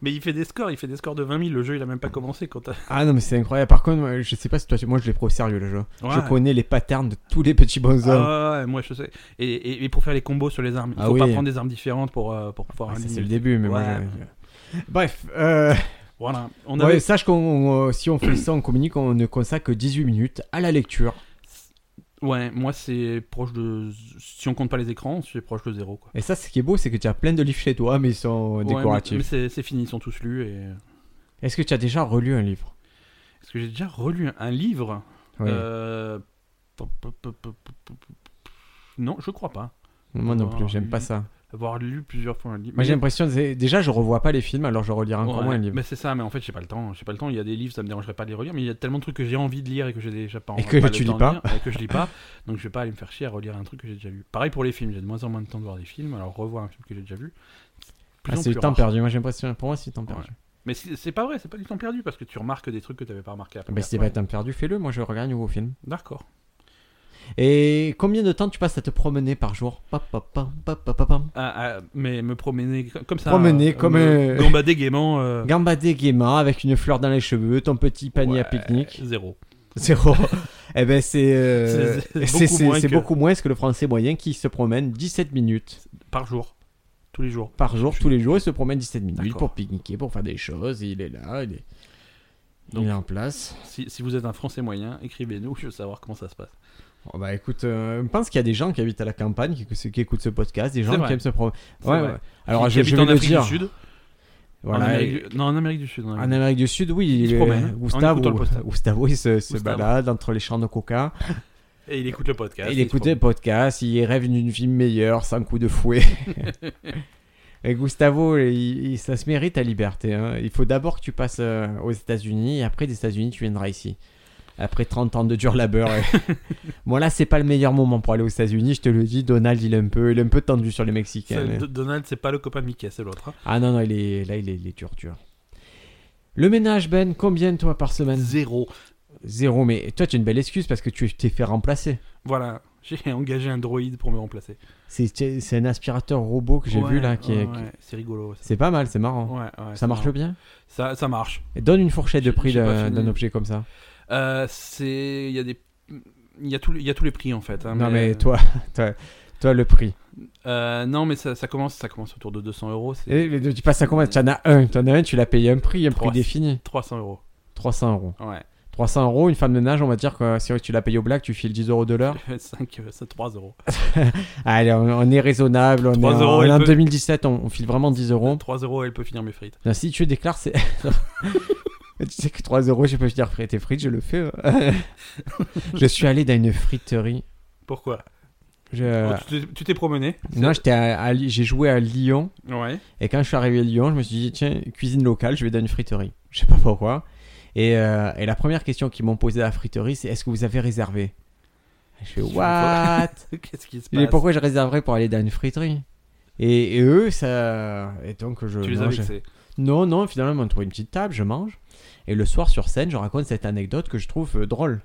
S1: Mais il fait des scores, il fait des scores de 20 000. Le jeu, il a même pas commencé quand t'as-
S2: Ah non, mais c'est incroyable. Par contre, moi, je sais pas si toi, tu- moi, je l'ai pris au sérieux le jeu. Je
S1: Ouais.
S2: connais les patterns de tous les petits bonshommes.
S1: Ah ouais, moi je sais. Et, et- et pour faire les combos sur les armes, il
S2: Ah
S1: faut
S2: oui.
S1: pas prendre des armes différentes pour, euh, pour pouvoir.
S2: Ouais, Ah, ça,
S1: aligner.
S2: c'est le début, mais moi,
S1: Ouais.
S2: j'ai- Bref, euh,
S1: Voilà. On
S2: ouais,
S1: avait-
S2: sache qu'on euh, si on fait ça, on communique, on ne consacre que 18 minutes à la lecture.
S1: ouais, moi c'est proche de. Si on compte pas les écrans, c'est proche de zéro. Quoi.
S2: Et ça, ce qui est beau, c'est que tu as plein de livres chez toi, mais ils sont
S1: Ouais,
S2: décoratifs.
S1: mais- mais c'est- c'est fini, ils sont tous lus. Et...
S2: Est-ce que tu as déjà relu un livre
S1: Est-ce que j'ai déjà relu un- un livre
S2: Oui.
S1: Euh, pop, pop, pop, pop, pop, pop, pop. Non, je crois pas.
S2: Moi non
S1: avoir
S2: plus, j'aime
S1: lu-
S2: pas ça.
S1: Avoir lu plusieurs fois un livre.
S2: Moi j'ai l'impression, c'est- déjà je revois pas les films, alors je relirai encore
S1: Ouais,
S2: moins un livre.
S1: Mais c'est ça, mais en fait, j'ai pas le temps. J'ai pas le temps. Il y a des livres, ça me dérangerait pas de les relire, mais il y a tellement de trucs que j'ai envie de lire et que j'ai déjà pas
S2: Et
S1: envie
S2: que
S1: pas
S2: tu
S1: le
S2: lis
S1: temps de
S2: pas.
S1: lire, et que je lis pas. Donc je vais pas aller me faire chier à relire un truc que j'ai déjà lu. Pareil pour les films, j'ai de moins en moins de temps de voir des films, alors revoir un film que j'ai déjà vu. c'est de plus
S2: Ah,
S1: en
S2: c'est du
S1: plus
S2: temps
S1: rare.
S2: perdu, moi j'ai l'impression, pour moi c'est du temps
S1: Ouais.
S2: perdu.
S1: Mais c'est c'est pas vrai, c'est pas du temps perdu parce que tu remarques des trucs que t'avais pas remarqué après.
S2: Mais Ben, si c'est pas du temps perdu, fais-le, moi je regarde un nouveau film.
S1: D'accord.
S2: Et combien de temps tu passes à te promener par jour Pa, pa, pa, pa, pa, pa, pa.
S1: Ah, ah, mais me promener co- comme ça.
S2: Promener
S1: euh,
S2: comme
S1: me
S2: un-
S1: Gambader gaiement. euh,
S2: Gambader gaiement avec une fleur dans les cheveux, ton petit panier à
S1: Ouais,
S2: pique-nique.
S1: Zéro.
S2: Zéro. Eh ben c'est euh,
S1: C'est- c'est
S2: c'est-
S1: beaucoup
S2: c'est-
S1: moins
S2: c'est
S1: que-
S2: beaucoup moins que le français moyen qui se promène 17 minutes
S1: Par jour. Tous les jours.
S2: par jour,
S1: Je-
S2: tous les jours, il se promène 17 minutes
S1: D'accord.
S2: pour pique-niquer, pour faire des choses, il est là, il est,
S1: Donc-
S2: il est en place.
S1: Si, si vous êtes un Français moyen, écrivez-nous, je veux savoir comment ça se passe.
S2: Oh, bah écoute, euh, je pense qu'il y a des gens qui habitent à la campagne, qui, qui écoutent ce podcast, des
S1: C'est
S2: gens
S1: vrai.
S2: qui aiment ce programme.
S1: C'est
S2: Ouais,
S1: vrai.
S2: ouais. Alors
S1: Qui-
S2: je,
S1: qui habite
S2: je vais
S1: en
S2: le
S1: Afrique
S2: dire.
S1: du Sud.
S2: Voilà,
S1: En
S2: et-
S1: Amérique du... Non, en Amérique du Sud. en
S2: en
S1: Amérique
S2: Amérique du Sud, oui,
S1: Il se
S2: euh,
S1: promène, en
S2: Gustavo,
S1: écoutant le podcast.
S2: Gustavo, il se, se
S1: Gustavo.
S2: balade entre les champs de coca.
S1: du Sud. Et il écoute le podcast.
S2: il
S1: se
S2: écoute des podcasts, il rêve d'une vie meilleure, sans coup de fouet. Et Gustavo, il- il- ça se mérite à liberté. hein. Il faut d'abord que tu passes euh, aux États-Unis, et après des États-Unis, tu viendras ici. après 30 ans de dur labeur. ouais. bon, là, c'est pas le meilleur moment pour aller aux États-Unis, je te le dis. Donald, il est un peu, il est un peu tendu sur les Mexicains.
S1: C'est-
S2: hein.
S1: D- Donald, c'est pas le copain de Mickey, c'est l'autre. hein.
S2: Ah non, non, il est, là, il est, il est dur, dur. Le ménage, Ben, combien toi par semaine
S1: Zéro.
S2: Zéro, mais toi, tu as une belle excuse parce que tu t'es fait remplacer.
S1: Voilà, j'ai engagé un droïde pour me remplacer.
S2: C'est- C'est c'est un aspirateur robot que j'ai
S1: Ouais,
S2: vu là. qui est-
S1: ouais,
S2: qui-
S1: ouais, C'est rigolo. ça.
S2: C'est pas mal, c'est marrant.
S1: Ouais, ouais,
S2: ça
S1: c'est
S2: marche
S1: marrant.
S2: bien
S1: Ça, ça marche.
S2: Et Donne une fourchette de
S1: J'ai-
S2: prix
S1: j'ai pas
S2: d'un
S1: fini.
S2: d'un objet comme ça.
S1: Euh, c'est, il y a des, il y a tous, les- il y a tous les prix en fait. hein,
S2: non, mais toi, toi, toi, le prix.
S1: Euh, non, mais ça, ça commence, ça commence autour de 200 euros. C'est
S2: Et le- tu passes à combien T'en as un, t'en as un, tu l'as payé un prix, un prix
S1: Trois.
S2: défini.
S1: 300 euros.
S2: 300 euros.
S1: Ouais.
S2: 300 euros, une femme de ménage, on va dire que si tu l'as payé au black, tu files 10 euros de l'heure.
S1: 5, euh, c'est 3 euros.
S2: Allez, on, on est raisonnable, on est,
S1: 3
S2: en-
S1: euros,
S2: on est
S1: elle
S2: en
S1: peut-
S2: 2017, on, on file vraiment 10 euros.
S1: 3 euros, elle peut finir mes frites.
S2: Non, si tu déclares, c'est. tu sais que 3 euros, je peux dire frite et frites, je le fais. hein. je suis allé dans une friterie.
S1: Pourquoi
S2: Je...
S1: Oh, tu t'es- Tu t'es promené
S2: Non, j'étais à- à Li- j'ai joué à Lyon.
S1: Ouais.
S2: Et quand je suis arrivé à Lyon, je me suis dit, tiens, cuisine locale, je vais dans une friterie. Je sais pas pourquoi. Et, euh, et la première question qu'ils m'ont posée à la friterie, c'est est-ce que vous avez réservé Je fais, what
S1: Qu'est-ce qui se
S2: Mais
S1: passe
S2: pourquoi je réserverais pour aller dans une friterie et, et eux, ça. Et donc, je.
S1: Tu les
S2: non,
S1: as
S2: je-
S1: vexés.
S2: non, non, finalement, ils m'ont trouvé une petite table, je mange. Et le soir sur scène, je raconte cette anecdote que je trouve euh, drôle.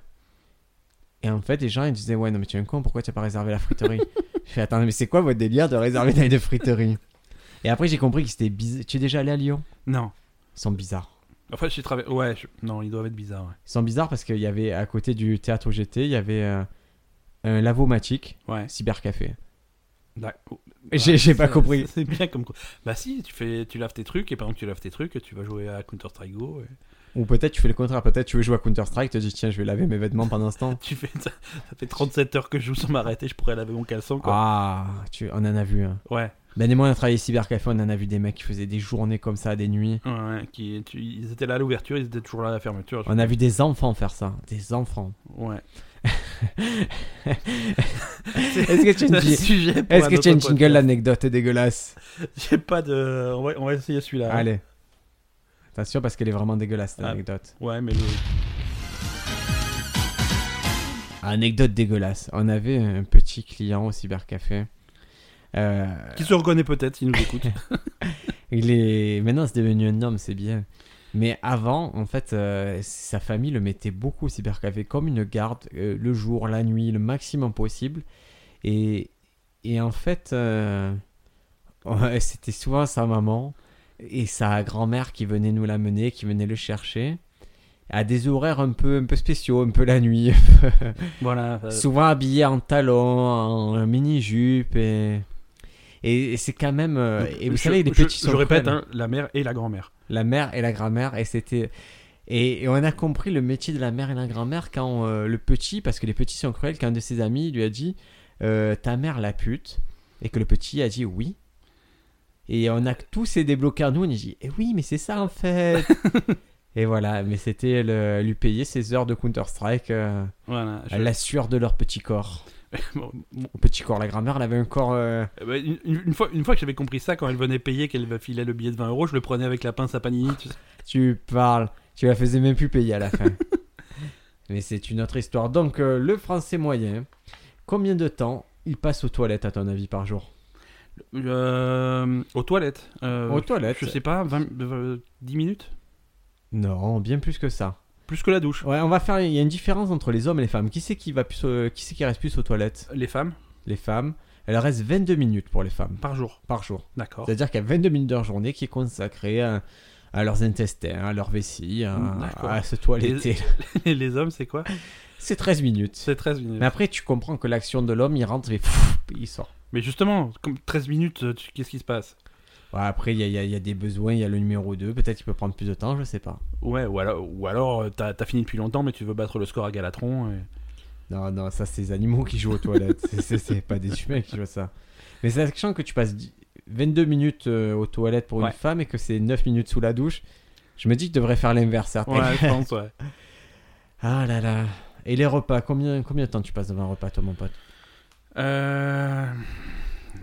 S2: Et en fait, les gens, ils disaient Ouais, non, mais tu es un con, pourquoi tu n'as pas réservé la friterie Je fais Attends, mais c'est quoi votre délire de réserver dans une friterie Et après, j'ai compris que c'était bizarre. Tu es déjà allé à Lyon
S1: Non.
S2: Ils sont bizarres.
S1: Enfin, j'ai travaillé. Ouais, je- non, ils doivent être bizarres.
S2: Ils sont bizarres parce qu'il y avait à côté du théâtre où j'étais, il y avait euh, un lavomatique,
S1: Ouais. ouais.
S2: cybercafé.
S1: D'ac-
S2: J'ai- j'ai pas
S1: Ça-
S2: compris.
S1: ça, C'est bien comme quoi. Bah si, tu fais, tu laves tes trucs et pendant que tu laves tes trucs, tu vas jouer à Counter Strike Go. et
S2: Ou peut-être tu fais le contraire, peut-être tu veux jouer à Counter-Strike, tu te dis Tiens, je vais laver mes vêtements pendant ce temps.
S1: Tu fais ça, ça fait 37 heures que je joue sans m'arrêter, je pourrais laver mon caleçon quoi.
S2: Ah, tu, on en a vu un.
S1: Ouais.
S2: Ben et moi on a travaillé cybercafé, on en a vu des mecs qui faisaient des journées comme ça, des nuits.
S1: Ouais, ouais, qui, tu- ils étaient là à l'ouverture, ils étaient toujours là à la fermeture.
S2: On a vu des enfants faire ça, des enfants.
S1: Ouais.
S2: Est-ce que tu as une,
S1: C'est un
S2: ji-
S1: sujet pour
S2: est-ce
S1: un
S2: que tu as une
S1: autre
S2: jingle
S1: podcast.
S2: l'anecdote est dégueulasse
S1: J'ai pas de. On va, on va essayer celui-là. hein.
S2: Allez. Attention parce qu'elle est vraiment dégueulasse cette
S1: Ah.
S2: anecdote.
S1: Ouais, mais le-
S2: Anecdote dégueulasse. On avait un petit client au cybercafé. Euh,
S1: qui se reconnaît peut-être s'il nous écoute.
S2: il est maintenant c'est devenu un homme, c'est bien. Mais avant, en fait, euh, sa famille le mettait beaucoup au cybercafé comme une garde, euh, le jour, la nuit, le maximum possible. Et, et en fait, euh, ouais, c'était souvent sa maman et sa grand-mère qui venaient nous l'amener, qui venaient le chercher, à des horaires un peu, un peu spéciaux, un peu la nuit,
S1: Euh, voilà. euh,
S2: souvent habillé en talons, en mini-jupe. Et, et, et c'est quand même... euh,
S1: donc,
S2: Et vous
S1: je-
S2: savez, les
S1: je-
S2: petits
S1: Je,
S2: sont
S1: répète,
S2: cruels
S1: hein, la mère et la grand-mère.
S2: la mère et la grand-mère et c'était et, et on a compris le métier de la mère et la grand-mère quand euh, le petit parce que les petits sont cruels qu'un de ses amis lui a dit euh, ta mère la pute et que le petit a dit oui et on a tous été débloqués à nous on a dit eh oui mais c'est ça en fait et voilà mais c'était le- lui payer ses heures de Counter Strike
S1: Voilà. je-
S2: la sueur de leur petit corps
S1: Bon, bon,
S2: au petit corps la grand-mère elle avait un corps euh,
S1: euh, bah, une, une fois, une fois que j'avais compris ça, quand elle venait payer, qu'elle filait le billet de 20 euros, je le prenais avec la pince à panini. tu sais.
S2: Tu parles, tu la faisais même plus payer à la fin. Mais c'est une autre histoire. Donc, euh, le français moyen, combien de temps il passe aux toilettes, à ton avis, par jour
S1: Euh, aux toilettes. euh,
S2: Aux toilettes
S1: Je sais pas, 20, euh, 10 minutes
S2: Non, bien plus que ça.
S1: Plus que la douche.
S2: Ouais, on va faire. Il y a une différence entre les hommes et les femmes. Qui c'est qui va plus, au- qui c'est qui reste plus aux toilettes
S1: Les femmes,
S2: Les femmes. Elles restent 22 minutes pour les femmes
S1: par jour.
S2: par jour.
S1: D'accord.
S2: C'est-à-dire qu'il y a 22 minutes de leur journée qui est consacrée à, à leurs intestins, à leur vessie, à,
S1: Mm, d'accord.
S2: à se toiletter.
S1: Et les hommes, c'est quoi
S2: C'est 13 minutes.
S1: C'est 13 minutes.
S2: Mais après, tu comprends que l'action de l'homme, il rentre et il sort.
S1: Mais justement, comme 13 minutes, euh, tu- qu'est-ce qui se passe
S2: Ouais, après, il y a, il y a- il y a des besoins, il y a le numéro 2, peut-être qu'il peut prendre plus de temps, je sais pas.
S1: Ouais, ou alors, ou alors euh, t'as t'as fini depuis longtemps, mais tu veux battre le score à Galatron. et-
S2: Non, non, ça, c'est les animaux qui jouent aux toilettes, C'est- c'est c'est pas des humains qui jouent à ça. Mais sachant que tu passes dix- 22 minutes euh, aux toilettes pour
S1: Ouais.
S2: une femme et que c'est 9 minutes sous la douche, je me dis que tu devrais faire l'inverse, certains.
S1: Ouais, je pense, ouais.
S2: Ah là là. Et les repas, combien, combien de temps tu passes devant un repas, toi, mon pote
S1: Euh,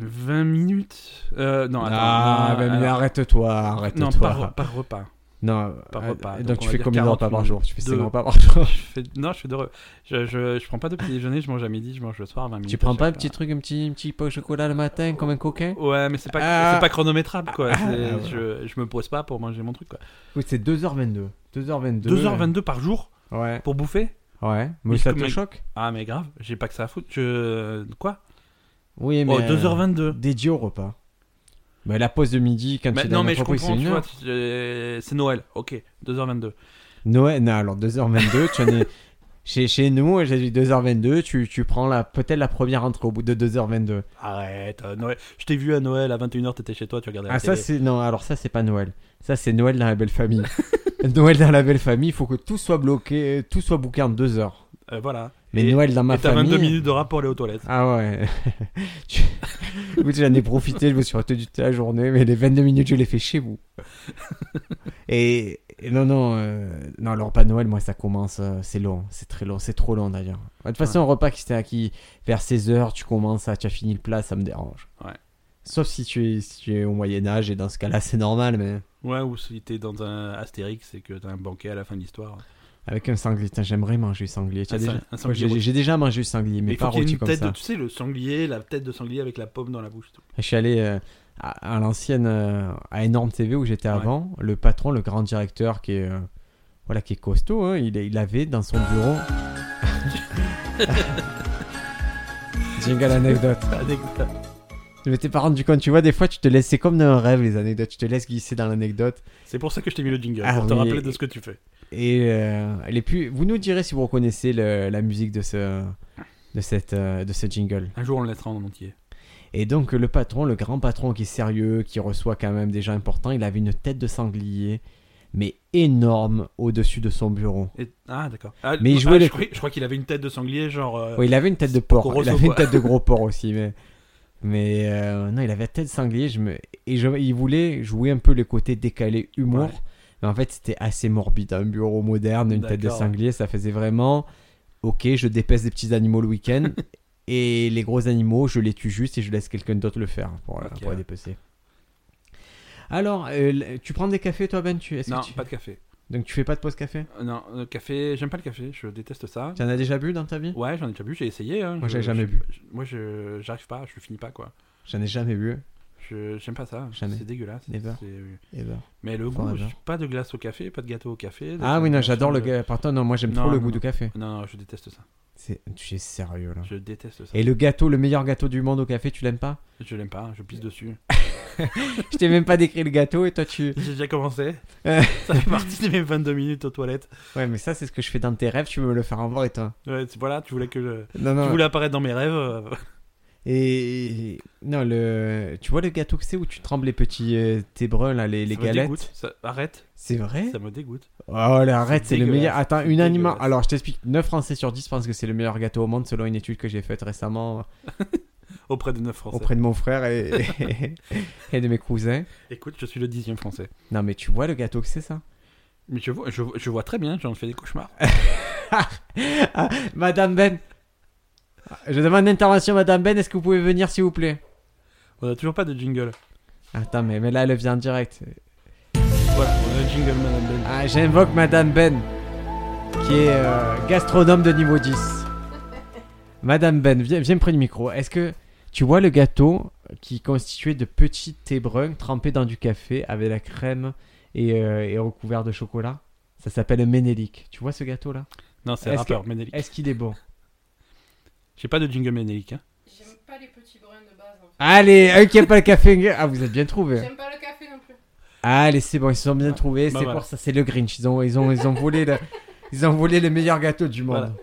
S1: 20 minutes Euh, Non, attends.
S2: Ah,
S1: non,
S2: ben, mais
S1: alors-
S2: arrête-toi,
S1: Non,
S2: arrête-toi.
S1: par, par repas.
S2: Non,
S1: Par
S2: euh,
S1: repas,
S2: donc,
S1: donc on
S2: tu
S1: va
S2: fais
S1: dire
S2: combien de
S1: 40
S2: repas par
S1: minutes.
S2: jour Tu fais 5
S1: Deux.
S2: repas par jour.
S1: je fais- Non, je fais d'heureux. Je, je, je prends pas de petit déjeuner, je mange à midi, je mange le soir à 20 minutes.
S2: Tu
S1: à
S2: prends pas un
S1: chaque
S2: petit
S1: fois.
S2: truc, un petit, un petit pot de chocolat le matin comme un coquin
S1: Ouais, mais c'est pas,
S2: Ah.
S1: c'est pas chronométrable quoi. C'est-
S2: Ah, ouais.
S1: je, je me pose pas pour manger mon truc quoi.
S2: Oui, c'est 2h22. 2h22.
S1: 2h22 par jour
S2: Ouais.
S1: pour bouffer
S2: Ouais.
S1: Mais
S2: Mais ça
S1: comme-
S2: te choque
S1: Ah, mais grave, j'ai pas que ça à foutre. Je... Quoi
S2: Oui, mais.
S1: Oh,
S2: euh,
S1: 2h22.
S2: Dédié au repas. Mais la pause de midi, quand
S1: Mais-
S2: tu es
S1: Bah, non,
S2: dans
S1: mais je
S2: l'entreprise,
S1: comprends,
S2: c'est
S1: tu
S2: une
S1: vois,
S2: heure.
S1: tu- euh, c'est Noël, ok, 2h22.
S2: Noël, non, alors 2h22, tu en es. Chez, chez nous, j'ai dit 2h22, tu, tu prends la- peut-être la première entrée au bout de 2h22.
S1: Arrête, euh, Noël. Je t'ai vu à Noël, à 21h, t'étais chez toi, tu regardais la
S2: Ah, ça,
S1: télé.
S2: c'est. Non, alors ça, c'est pas Noël. Ça, c'est Noël dans la belle famille. Noël dans la belle famille, il faut que tout soit bloqué, tout soit bouqué en 2h.
S1: Euh, voilà.
S2: Mais
S1: et,
S2: Noël dans ma
S1: et t'as 22
S2: famille.
S1: minutes de rap pour aller aux toilettes.
S2: Ah ouais. Tu- Écoute, j'en ai profité, je me suis retenu toute la journée, mais les 22 minutes, je les fais chez vous. Et, et non, non, euh, non, alors pas Noël, moi ça commence, euh, c'est long, c'est très long, c'est trop long d'ailleurs. De toute façon, un repas qui s'est acquis vers 16h, tu commences à, tu as fini le plat, ça me dérange.
S1: Ouais.
S2: Sauf si tu es, si tu es au Moyen-Âge, et dans ce cas-là, c'est normal, mais
S1: Ouais, ou si t'es dans un Astérix et que t'as un banquet à la fin de l'histoire.
S2: avec un sanglier, putain, j'aimerais manger sanglier. Tu
S1: Un
S2: as déjà-
S1: sang- un
S2: Moi,
S1: sanglier
S2: j'ai-
S1: rôti.
S2: J'ai déjà mangé sanglier, mais,
S1: Mais il
S2: pas
S1: faut qu'il y ait
S2: rôti
S1: une
S2: comme
S1: tête
S2: ça.
S1: de, tu sais, le sanglier, la tête de sanglier avec la pomme dans la bouche. tout.
S2: Je suis allé euh, à, à l'ancienne, euh, à Énorme TV où j'étais
S1: Ouais.
S2: avant. Le patron, le grand directeur qui est, euh, voilà, qui est costaud, hein, il, est- il avait dans son bureau. Jingle anecdote.
S1: Anecdote.
S2: Je m'étais pas rendu compte, tu vois, des fois tu te laisses, c'est comme dans un rêve les anecdotes, tu te laisses glisser dans l'anecdote.
S1: C'est pour ça que je t'ai mis le jingle,
S2: Ah
S1: pour te
S2: oui.
S1: rappeler de ce que tu fais.
S2: Et euh, les plus, vous nous direz si vous reconnaissez le- la musique de ce, de cette, euh, de ce jingle.
S1: Un jour, on le laissera en entier.
S2: Et donc le patron, le grand patron qui est sérieux, qui reçoit quand même des gens importants, il avait une tête de sanglier, mais énorme au-dessus de son bureau.
S1: Et- Ah, d'accord. Ah,
S2: Mais il
S1: ah,
S2: jouait
S1: je,
S2: le-
S1: croyais- je crois qu'il avait une tête de sanglier, genre. euh,
S2: Ouais, il avait une tête de porc,
S1: Grosso,
S2: il avait une
S1: quoi.
S2: tête de gros porc aussi, mais... Mais euh, non, il avait la tête de sanglier, je me... et je- il voulait jouer un peu le côté décalé humour,
S1: Ouais.
S2: mais en fait c'était assez morbide, un bureau moderne, une tête de
S1: D'accord.
S2: sanglier, ça faisait vraiment... Ok, je dépèse des petits animaux le week-end, et les gros animaux, je les tue juste et je laisse quelqu'un d'autre le faire pour, euh,
S1: Ok,
S2: pour les
S1: ouais.
S2: dépecer. Alors, euh, l- tu prends des cafés toi, Ben tu... est-ce que
S1: Non,
S2: tu-
S1: pas de café.
S2: Donc tu fais pas de pause café
S1: Euh, Non, le café, j'aime pas le café, je déteste ça.
S2: Tu en as déjà bu dans ta vie
S1: Ouais, j'en ai déjà bu, j'ai essayé. hein,
S2: Moi,
S1: je-
S2: j'ai jamais
S1: je-
S2: bu.
S1: je- Moi, je j'arrive pas, je finis pas quoi.
S2: J'en ai jamais bu.
S1: Je j'aime pas ça.
S2: Jamais.
S1: C'est dégueulasse.
S2: Never.
S1: c'est-
S2: Eh ben.
S1: Mais le
S2: Forever.
S1: goût, je- pas de glace au café, pas de gâteau au café.
S2: Ah
S1: Donc,
S2: oui, non,
S1: euh,
S2: j'adore
S1: je-
S2: le café. Pardon, non, moi j'aime
S1: Non,
S2: trop le
S1: non,
S2: goût
S1: non.
S2: du café.
S1: Non, non, je déteste ça.
S2: C'est... Tu es sérieux là.
S1: Je déteste ça.
S2: Et le gâteau, le meilleur gâteau du monde au café, tu l'aimes pas
S1: Je l'aime pas, je pisse
S2: Euh.
S1: dessus.
S2: Je t'ai même pas décrit le gâteau et toi tu.
S1: J'ai déjà commencé.
S2: Euh.
S1: ça fait partie de mes 22 minutes aux toilettes.
S2: Ouais, mais ça c'est ce que je fais dans tes rêves, tu veux me le faire en vrai toi.
S1: Ouais, c'est- voilà, tu voulais que je...
S2: Non,
S1: Tu
S2: non.
S1: voulais apparaître dans mes rêves. euh,
S2: Et. Non, le. Tu vois le gâteau que c'est où tu trembles les petits euh, thés bruns là, les, les
S1: ça me dégoûte,
S2: galettes Eh.
S1: ça- Arrête,
S2: C'est vrai
S1: ça me dégoûte.
S2: Oh là, arrête, c'est le
S1: dégueulasse,
S2: meilleur. Attends,
S1: c'est
S2: unanimement.
S1: dégueulasse.
S2: Alors je t'explique, 9 Français sur 10 pensent que c'est le meilleur gâteau au monde selon une étude que j'ai faite récemment
S1: Auprès de 9 Français.
S2: auprès de mon frère et, et de mes cousins.
S1: Écoute, je suis le dixième Français.
S2: Non, mais tu vois le gâteau que c'est ça
S1: Mais je vois, je, je vois très bien, j'en fais des cauchemars.
S2: Ah, Madame Ben. Je demande l'intervention, Madame Ben. Est-ce que vous pouvez venir, s'il vous plaît
S1: On a toujours pas de jingle.
S2: Attends, mais, mais là, elle vient en direct.
S1: Voilà, on a un jingle Madame Ben.
S2: Ah, J'invoque Madame Ben, qui est euh, gastronome de niveau 10. Madame Ben, viens, viens près du micro. Est-ce que tu vois le gâteau qui est constitué de petits thés bruns trempés dans du café avec la crème et, euh, et recouvert de chocolat Ça s'appelle un Ménélique. Tu vois ce gâteau-là
S1: Non, c'est
S2: Est-ce
S1: rappeur, Ménélique.
S2: Est-ce qu'il est bon
S1: J'ai pas de jingle Ménélique. Hein.
S3: J'aime pas les petits bruns de base. En fait.
S2: Allez, un qui aime pas le café. Ah, vous êtes bien trouvé.
S3: J'aime pas le café non plus.
S2: Allez, c'est bon, ils se sont bien
S1: Ouais.
S2: trouvés.
S1: Bah
S2: c'est
S1: voilà.
S2: pour ça, c'est le Grinch. Ils ont, ils ont, ils ont volé le, ils ont volé le meilleur gâteau du monde.
S1: Voilà.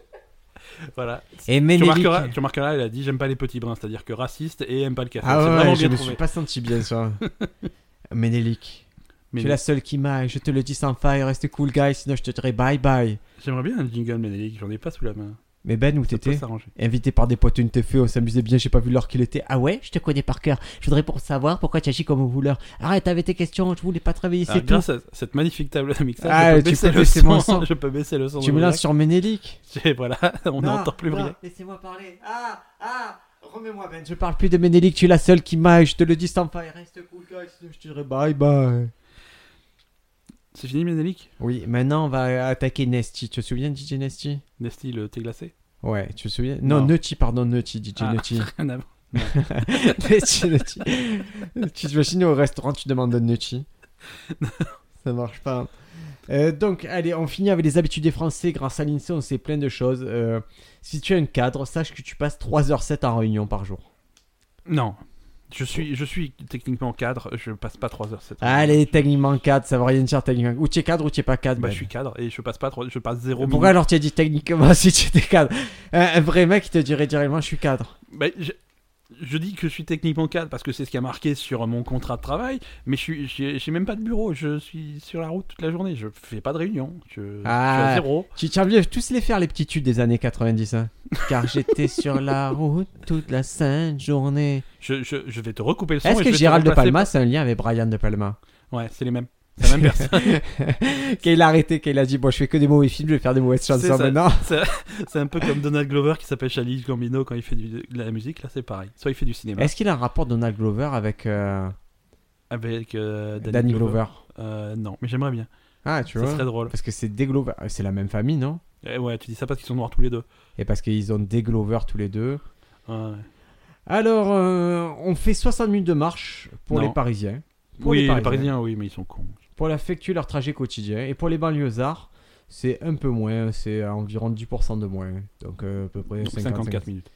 S1: Voilà.
S2: Et
S1: Tu
S2: Ménélique.
S1: remarqueras, tu remarqueras, elle a dit j'aime pas les petits brins, c'est-à-dire que raciste et aime pas le café.
S2: Ah
S1: c'est
S2: ouais,
S1: vraiment
S2: je
S1: bien
S2: me
S1: trouvé.
S2: suis pas senti bien ça. Ménélique.
S1: Mais
S2: Tu es la seule qui m'aille. Je te le dis sans faille. Reste cool, guys. Sinon, je te dirai bye bye.
S1: J'aimerais bien un jingle Ménélique, j'en ai pas sous la main.
S2: Mais Ben, où
S1: Ça peut
S2: t'étais
S1: s'arranger.
S2: Invité par des potes une TFE, on s'amusait bien, j'ai pas vu l'heure qu'il était. Ah ouais, je te connais par cœur. Je voudrais pour savoir pourquoi tu agis comme un voleur. Arrête avec tes questions, je voulais pas travailler,
S1: Alors,
S2: c'est tout.
S1: Ah, grâce à cette magnifique table de mixage,
S2: Ah,
S1: je,
S2: tu
S1: peux baisser
S2: peux
S1: le
S2: baisser mon son.
S1: je peux baisser le son.
S2: Tu
S1: de
S2: me
S1: mon
S2: lances sur Ménélique.
S1: jack. Et Voilà, on n'entend plus rien.
S2: Laissez-moi parler. Ah, ah, remets-moi, Ben. Je parle plus de Ménélique, tu es la seule qui m'aille. Je te le dis sans faille. Reste cool, guys. sinon Je dirais bye bye.
S1: C'est fini, Ménélique
S2: Oui, maintenant on va attaquer Nesty. Tu te souviens de DJ Nesty
S1: Nesty, le thé glacé
S2: Ouais, tu te souviens Non,
S1: Non.
S2: Nutty, pardon, Nutty, DJ
S1: Ah.
S2: Nutty.
S1: Rien à voir.
S2: Nutty, Nutty. tu t'imagines au restaurant, tu demandes un Nutty. Ça marche pas. Euh, donc, allez, on finit avec les habitudes des Français. Grâce à l'INSEE, on sait plein de choses. Euh, si tu es un cadre, sache que tu passes 3h07 en réunion par jour.
S1: Non. Je suis, je suis techniquement cadre, je passe pas 3 heures 7
S2: Allez, techniquement cadre, ça veut rien dire techniquement. Ou tu es cadre ou tu es pas cadre.
S1: Bah,
S2: ben.
S1: je suis cadre et je passe pas 3, je passe 0
S2: Pourquoi alors tu as dit techniquement si tu étais cadre un, un vrai mec, il te dirait directement je suis cadre.
S1: Ben, je, je dis que je suis techniquement cadre parce que c'est ce qui a marqué sur mon contrat de travail, mais je suis, j'ai, j'ai même pas de bureau, je suis sur la route toute la journée, je fais pas de réunion, je, je suis
S2: Ah.
S1: à zéro.
S2: Tu tiens bien tous les faire les petits tubes des années 90. hein. Car j'étais sur la route toute la sainte journée.
S1: Je, je, je vais te recouper le son. et
S2: Est-ce
S1: je
S2: que
S1: vais te
S2: Gérald de
S1: remplacer
S2: Palma, c'est un lien avec Brian de Palma
S1: par- Ouais, c'est les mêmes. C'est la même personne.
S2: Qu'il a arrêté, qu'il a dit bon je fais que des mauvais films, je vais faire des mauvaises
S1: C'est
S2: chansons
S1: ça.
S2: maintenant.
S1: C'est c'est un peu comme Donald Glover qui s'appelle Charlie Gambino quand il fait du- de la musique, là c'est pareil. Soit il fait du cinéma
S2: Est-ce qu'il a un rapport Donald Glover avec euh,
S1: avec euh,
S2: Danny,
S1: Danny,
S2: Glover,
S1: Euh, non, mais j'aimerais bien.
S2: Ah tu
S1: ça
S2: vois
S1: serait drôle.
S2: Parce que c'est des Glover, euh, c'est la même famille non
S1: Eh ouais, tu dis ça parce qu'ils sont noirs tous les deux.
S2: Et parce qu'ils ont des Glover tous les deux.
S1: Ouais.
S2: Alors, euh, on fait 60 minutes de marche pour
S1: Non.
S2: les Parisiens, Pour
S1: Oui,
S2: les
S1: les
S2: Parisiens.
S1: Parisiens. oui, mais ils sont cons.
S2: pour la effectuer leur trajet quotidien. Et pour les banlieusards, c'est un peu moins, c'est à environ 10% de moins. Donc, euh, à peu près
S1: Donc,
S2: 55.
S1: 54 minutes.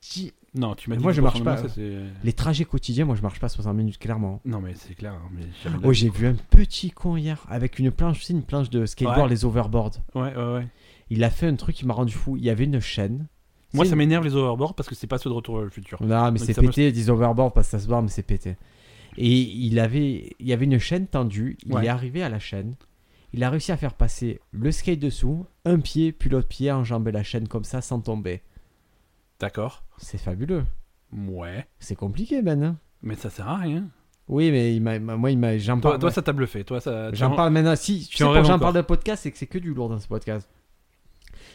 S2: Ti-
S1: Non, tu m'as dit.
S2: Moi,
S1: que
S2: je
S1: pour
S2: marche
S1: son
S2: pas.
S1: moment, ça, c'est-
S2: Les trajets quotidiens, moi je marche pas 60 minutes clairement.
S1: non, mais c'est clair. hein, Mais j'aime la-
S2: Oh, j'ai vu un petit con hier avec une planche, tu sais, une planche de skateboard,
S1: Ouais.
S2: les overboards.
S1: Ouais, ouais, ouais.
S2: Il a fait un truc qui m'a rendu fou. Il y avait une chaîne.
S1: Moi,
S2: C'est
S1: ça
S2: une-
S1: m'énerve les overboards parce que c'est pas ceux de retour vers le futur.
S2: Non, ah, mais
S1: Donc
S2: c'est
S1: ça me-
S2: pété, ils disent overboard parce que ça se barre, mais c'est pété. Et il, avait, il y avait une chaîne tendue, il
S1: Ouais.
S2: est arrivé à la chaîne, il a réussi à faire passer le skate dessous, un pied, puis l'autre pied, enjamber la chaîne comme ça sans tomber.
S1: D'accord.
S2: C'est fabuleux.
S1: Ouais.
S2: C'est compliqué, Ben. hein.
S1: Mais ça sert à rien.
S2: Oui, mais il m'a- moi, il m'a- j'en
S1: Toi,
S2: parle.
S1: toi, ça t'a bluffé. Toi, ça.
S2: J'en parle maintenant. Si, tu
S1: tu
S2: sais
S1: en
S2: pourquoi
S1: rêves
S2: j'en
S1: encore.
S2: parle d'un podcast, c'est que c'est que du lourd dans ce podcast.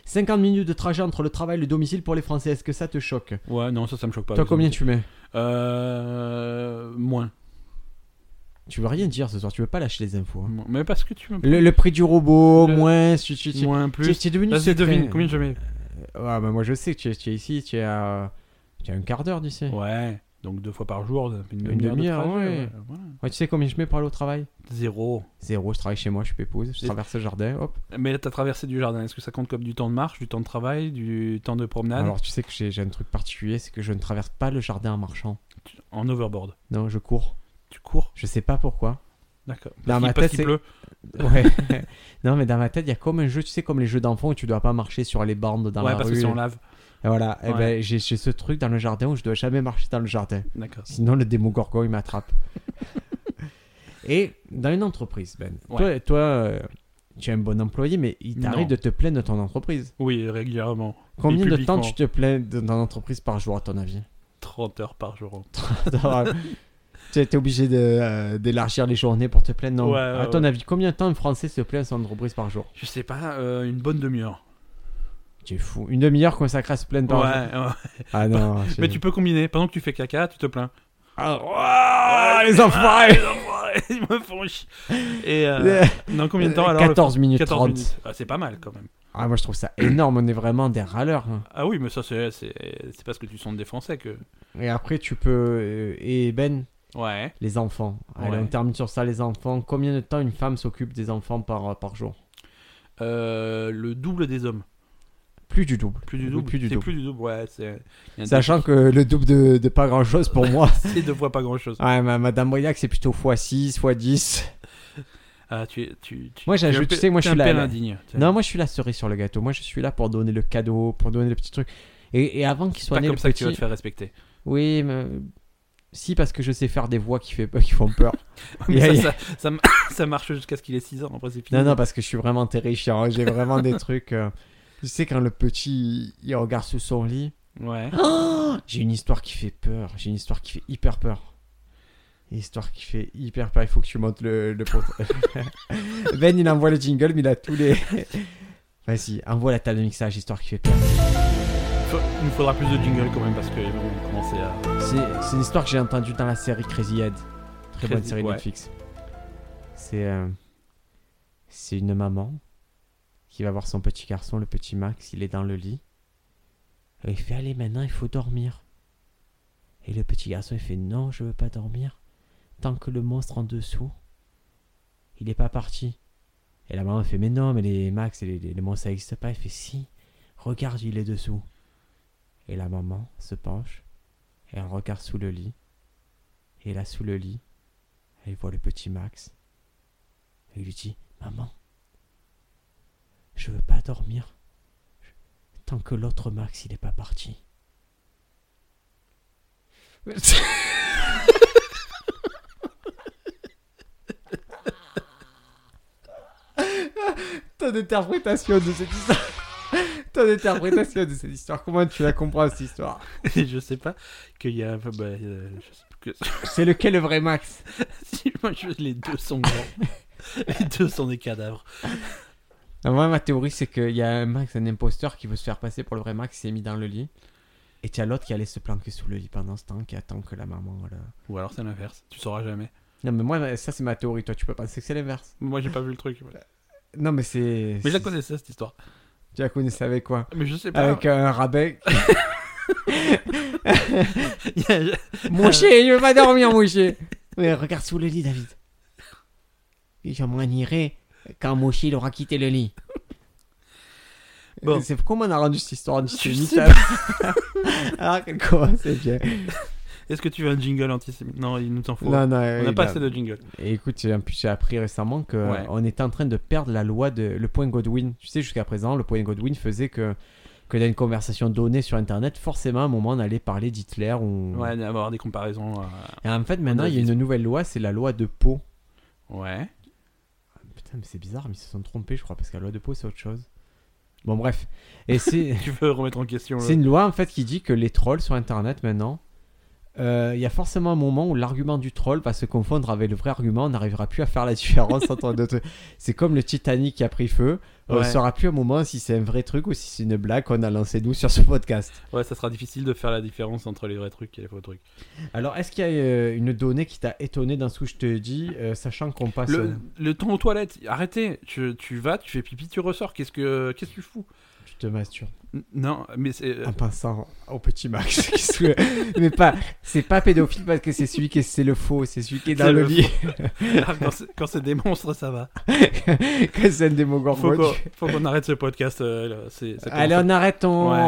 S2: 50 minutes de trajet entre le travail et le domicile pour les Français, est-ce que ça te choque
S1: Ouais, non, ça, ça me choque pas.
S2: Toi,
S1: les
S2: combien
S1: autres.
S2: tu mets
S1: Euh. Moins.
S2: Tu veux rien dire ce soir, tu veux pas lâcher les infos. hein.
S1: Moins. Mais parce que tu me.
S2: Le, le prix du robot,
S1: Le-
S2: moins, tu, tu, tu,
S1: Moins,
S2: tu,
S1: plus.
S2: tu es devenu
S1: Vas-y,
S2: secret.
S1: devine combien je mets.
S2: Ah, bah, moi je sais que tu es, tu es ici, tu es à, tu es à un quart d'heure d'ici. Ouais.
S1: Ouais. Donc deux fois par jour, ça fait une
S2: Une
S1: demi-heure. de
S2: demi-heure,
S1: trajet,
S2: ouais.
S1: voilà.
S2: tu sais combien je mets pour aller au travail
S1: Zéro.
S2: Zéro, je travaille chez moi, je suis pépouse, je
S1: C'est-
S2: traverse le jardin, hop.
S1: Mais là, t'as traversé du jardin. Est-ce que ça compte comme du temps de marche, du temps de travail, du temps de promenade
S2: Alors tu sais que j'ai j'ai un truc particulier, c'est que je ne traverse pas le jardin en marchant.
S1: Tu- En overboard.
S2: Non, je cours.
S1: Tu cours
S2: Je sais pas pourquoi.
S1: D'accord.
S2: Dans ma
S1: Il- parce
S2: tête,
S1: qu'il
S2: c'est-
S1: pleut.
S2: Ouais. non, mais dans ma tête, il y a comme un jeu, tu sais, comme les jeux d'enfants où tu dois pas marcher sur les bornes dans
S1: ouais,
S2: la
S1: parce
S2: rue.
S1: que si on lave.
S2: Et Voilà, eh
S1: Ouais.
S2: ben, j'ai j'ai ce truc dans le jardin où je dois jamais marcher dans le jardin.
S1: D'accord.
S2: Sinon, le démogorgon, il m'attrape. Et dans une entreprise, Ben,
S1: Ouais.
S2: toi, toi, euh, tu es un bon employé, mais il t'arrive
S1: Non.
S2: de te plaindre de ton entreprise.
S1: Oui, régulièrement.
S2: Combien de
S1: publiquement.
S2: temps tu te plains de ton entreprise par jour, à ton avis
S1: 30 heures par jour.
S2: Tu es obligé de, euh, d'élargir les journées pour te plaindre non.
S1: Ouais, ouais,
S2: À ton avis, combien de temps un Français se plaint de son entreprise par jour
S1: Je sais pas, euh, une bonne demi-heure.
S2: Tu es fou. Une demi-heure consacrée à se plaindre
S1: Ouais,
S2: par jour.
S1: ouais.
S2: Ah non.
S1: Mais tu peux combiner. Pendant que tu fais caca, tu te plains.
S2: Ah, ouah, les
S1: Ah,
S2: enfoirés
S1: les enfoirés, Ils me font chier. Et euh, non, combien de temps alors
S2: 14 minutes
S1: 14
S2: 30.
S1: minutes. Ah, c'est pas mal quand même.
S2: Ah, moi je trouve ça énorme, on est vraiment des râleurs. hein.
S1: Ah oui, mais ça, c'est c'est c'est parce que tu sens des Français que.
S2: Et après, tu peux. euh, Et Ben,
S1: Ouais.
S2: les enfants. Allez,
S1: Ouais.
S2: on termine sur ça, les enfants. Combien de temps une femme s'occupe des enfants par, par jour
S1: Euh, le double des hommes.
S2: Plus du double.
S1: Plus du double.
S2: Plus du
S1: C'est
S2: double.
S1: plus du double, ouais. C'est il y a
S2: Sachant que le double de, de pas grand chose pour moi.
S1: deux- c'est deux fois pas grand chose.
S2: Ouais, ma- Madame Briac, c'est plutôt x6, x10.
S1: Ah, tu, es- tu, tu,
S2: Moi,
S1: tu es
S2: je-
S1: un
S2: tu
S1: peu-
S2: sais, moi,
S1: t'es
S2: je suis
S1: un peu
S2: la-
S1: indigne. tu sais.
S2: Non, moi je suis la cerise sur le gâteau. Moi je suis là pour donner le cadeau, pour donner le petit truc. Et, et avant qu'il
S1: C'est
S2: soit
S1: pas
S2: né,
S1: comme
S2: le
S1: ça que
S2: petit-
S1: tu vas te faire respecter.
S2: Oui, mais. Si, parce que je sais faire des voix qui, fait... qui font peur.
S1: Mais
S2: Yeah,
S1: ça,
S2: yeah.
S1: ça- ça m- ça marche jusqu'à ce qu'il ait 6 ans. Après, c'est fini.
S2: Non, non, parce que je suis vraiment terrifiant. hein. J'ai vraiment des trucs. euh, Tu sais, quand le petit il il regarde sous son lit,
S1: Ouais.
S2: Oh. j'ai une histoire qui fait peur. J'ai une histoire qui fait hyper peur. Une histoire qui fait hyper peur. Il faut que tu montes le, le pot. ben, il envoie le jingle, mais il a tous les. Vas-y, envoie la table de mixage, histoire qui fait peur.
S1: Faut- il nous faudra plus de jingle quand même parce qu'ils vont commencer à.
S2: C'est c'est une histoire que j'ai entendue dans la série Crazy Head. Très bonne
S1: Crazy-
S2: série
S1: ouais.
S2: Netflix. C'est. euh, c'est une maman qui va voir son petit garçon, le petit Max, il est dans le lit. Et il fait Allez, maintenant, il faut dormir. Et le petit garçon, il fait Non, je veux pas dormir. Tant que le monstre en dessous, il n'est pas parti. Et la maman elle fait Mais non, mais les Max, et les, les- les monstres, ça n'existe pas. Il fait Si, regarde, il est dessous. Et la maman se penche, et elle regarde sous le lit. Et là, sous le lit, elle voit le petit Max. Et il lui dit Maman, je veux pas dormir Je- tant que l'autre Max il est pas parti. Ton interprétation de cette histoire. Ton interprétation de cette histoire. Comment tu la comprends cette histoire
S1: Et je sais pas qu'il y a. enfin, bah, euh, je sais plus que-
S2: C'est lequel le vrai Max
S1: Si, moi, je- les deux sont grands. les deux sont des cadavres.
S2: Non, moi, ma théorie, c'est qu'il y a un Max, un imposteur, qui veut se faire passer pour le vrai Max, qui s'est mis dans le lit. Et t'as l'autre qui allait se planquer sous le lit pendant ce temps, qui attend que la maman. le-
S1: Ou alors c'est l'inverse. Tu sauras jamais.
S2: Non, mais moi, ça, c'est ma théorie. Toi, tu peux penser que c'est l'inverse.
S1: Moi, j'ai pas vu le truc.
S2: Non, mais c'est.
S1: Mais je la
S2: c'est-
S1: connaissais cette histoire.
S2: Tu la connaissais avec quoi
S1: Mais je sais pas.
S2: Avec un rabais.
S1: Il y a-
S2: Mouché, il veut pas dormir, Mouché Mais regarde sous le lit, David. Et je m'en irai quand Mouché il aura quitté le lit.
S1: Bon.
S2: C'est comment on a rendu cette histoire antisémite
S1: sais
S2: Alors qu'elle commençait bien.
S1: Est-ce que tu veux un jingle antisémite Non, il nous en faut.
S2: Non, non,
S1: On n'a pas assez de jingle.
S2: Et écoute, en plus, j'ai appris récemment que euh,
S1: Ouais.
S2: on était en train de perdre la loi de le point Godwin. Tu sais, jusqu'à présent, le point Godwin faisait que que dans une conversation donnée sur Internet, forcément, à un moment, on allait parler d'Hitler ou.
S1: Ouais, d'avoir des comparaisons. euh,
S2: Et en fait, maintenant, il y a une nouvelle loi, c'est la loi de Pau. Ah,
S1: Ouais.
S2: Putain, mais c'est bizarre, mais ils se sont trompés, je crois, parce que la loi de Pau, c'est autre chose. Bon, bref. Et c'est.
S1: Tu veux remettre en question
S2: C'est
S1: le...
S2: une loi en fait qui dit que les trolls sur internet maintenant, euh, il y a forcément un moment où l'argument du troll va se confondre avec le vrai argument, on n'arrivera plus à faire la différence entre deux trucs. C'est comme le Titanic qui a pris feu, Euh, on
S1: Ouais.
S2: ne saura plus un moment si c'est un vrai truc ou si c'est une blague qu'on a lancé nous sur ce podcast.
S1: Ouais, ça sera difficile de faire la différence entre les vrais trucs et les faux trucs.
S2: Alors est-ce qu'il y a euh, une donnée qui t'a étonné dans ce que je te dis, euh, sachant qu'on passe...
S1: Le, le temps aux toilettes, arrêtez. Tu, tu vas, tu fais pipi, tu ressors. Qu'est-ce que qu'est-ce que tu fous Ah,
S2: Tu te masturbes.
S1: N- Non, mais c'est.
S2: En pensant au petit Max. qui se- Mais pas, c'est pas pédophile parce que c'est celui qui est, c'est le faux, c'est celui qui est dans
S1: C'est
S2: le
S1: le
S2: lit.
S1: Ah, quand c'est- quand c'est des monstres, ça va.
S2: que c'est un
S1: Faut
S2: démogorgon.
S1: qu'on
S2: tu-
S1: faut qu'on arrête ce podcast. euh, là, c'est- ça commence
S2: Allez,
S1: à-
S2: on arrête, on
S1: Ouais.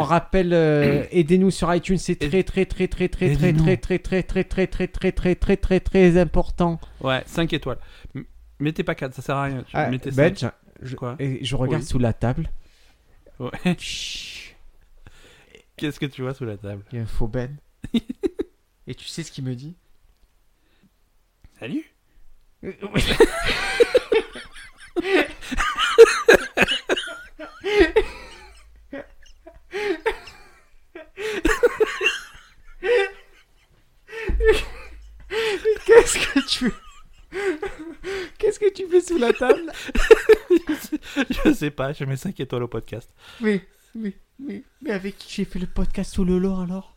S2: rappelle, euh, aidez-nous sur iTunes, c'est
S1: Aide-
S2: très très très très très très
S1: Aidez-nous.
S2: très très très très très très très très très très très important.
S1: Ouais, 5 étoiles. M- mettez pas 4, ça sert à rien. Tu-
S2: Ah,
S1: mettez
S2: Ben,
S1: cinq.
S2: je, je-
S1: Quoi
S2: et je regarde
S1: Oui.
S2: sous la table.
S1: Ouais.
S2: Chut,
S1: Qu'est-ce que tu vois sous la table
S2: Il y a un faux Ben. et tu sais ce qu'il me dit
S1: Salut
S2: Qu'est-ce que tu Qu'est-ce que tu fais sous la table
S1: Je sais pas, je mets 5 étoiles au podcast.
S2: mais, mais, mais, mais avec qui j'ai fait le podcast sous le lot alors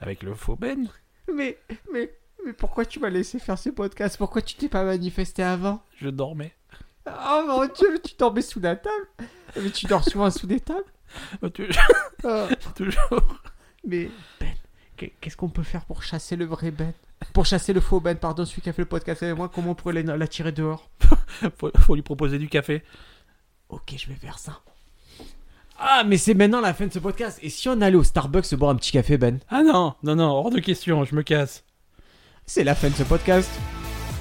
S1: Avec le faux Ben
S2: Mais, mais, mais pourquoi tu m'as laissé faire ce podcast Pourquoi tu t'es pas manifesté avant
S1: Je dormais.
S2: Oh mon dieu, mais tu dormais sous la table Mais tu dors souvent sous des tables
S1: Euh, tu-
S2: Ah,
S1: Toujours.
S2: Mais Ben, qu'est- qu'est-ce qu'on peut faire pour chasser le vrai Ben Pour chasser le faux Ben, pardon, celui qui a fait le podcast avec moi, comment on pourrait l'en- l'attirer dehors
S1: Faut, faut lui proposer du café.
S2: Ok, je vais faire ça. Ah, mais c'est maintenant la fin de ce podcast. Et si on allait au Starbucks se boire un petit café, Ben
S1: Ah non, non, non, hors de question, je me casse.
S2: C'est la fin de ce podcast.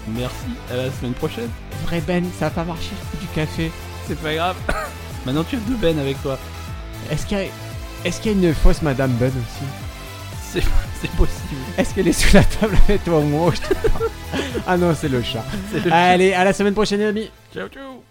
S1: Merci, à la semaine prochaine.
S2: Vrai Ben, ça va pas marché du café.
S1: C'est pas grave. Maintenant tu as deux Ben avec toi.
S2: Est-ce qu'il y, a... est qu'il y a une fausse Madame Ben aussi
S1: C'est c'est possible.
S2: Est-ce qu'elle est sous la table avec toi au moment où je te parle Ah non, c'est le chat.
S1: C'est le-
S2: Allez, à la semaine prochaine, les amis.
S1: Ciao, ciao.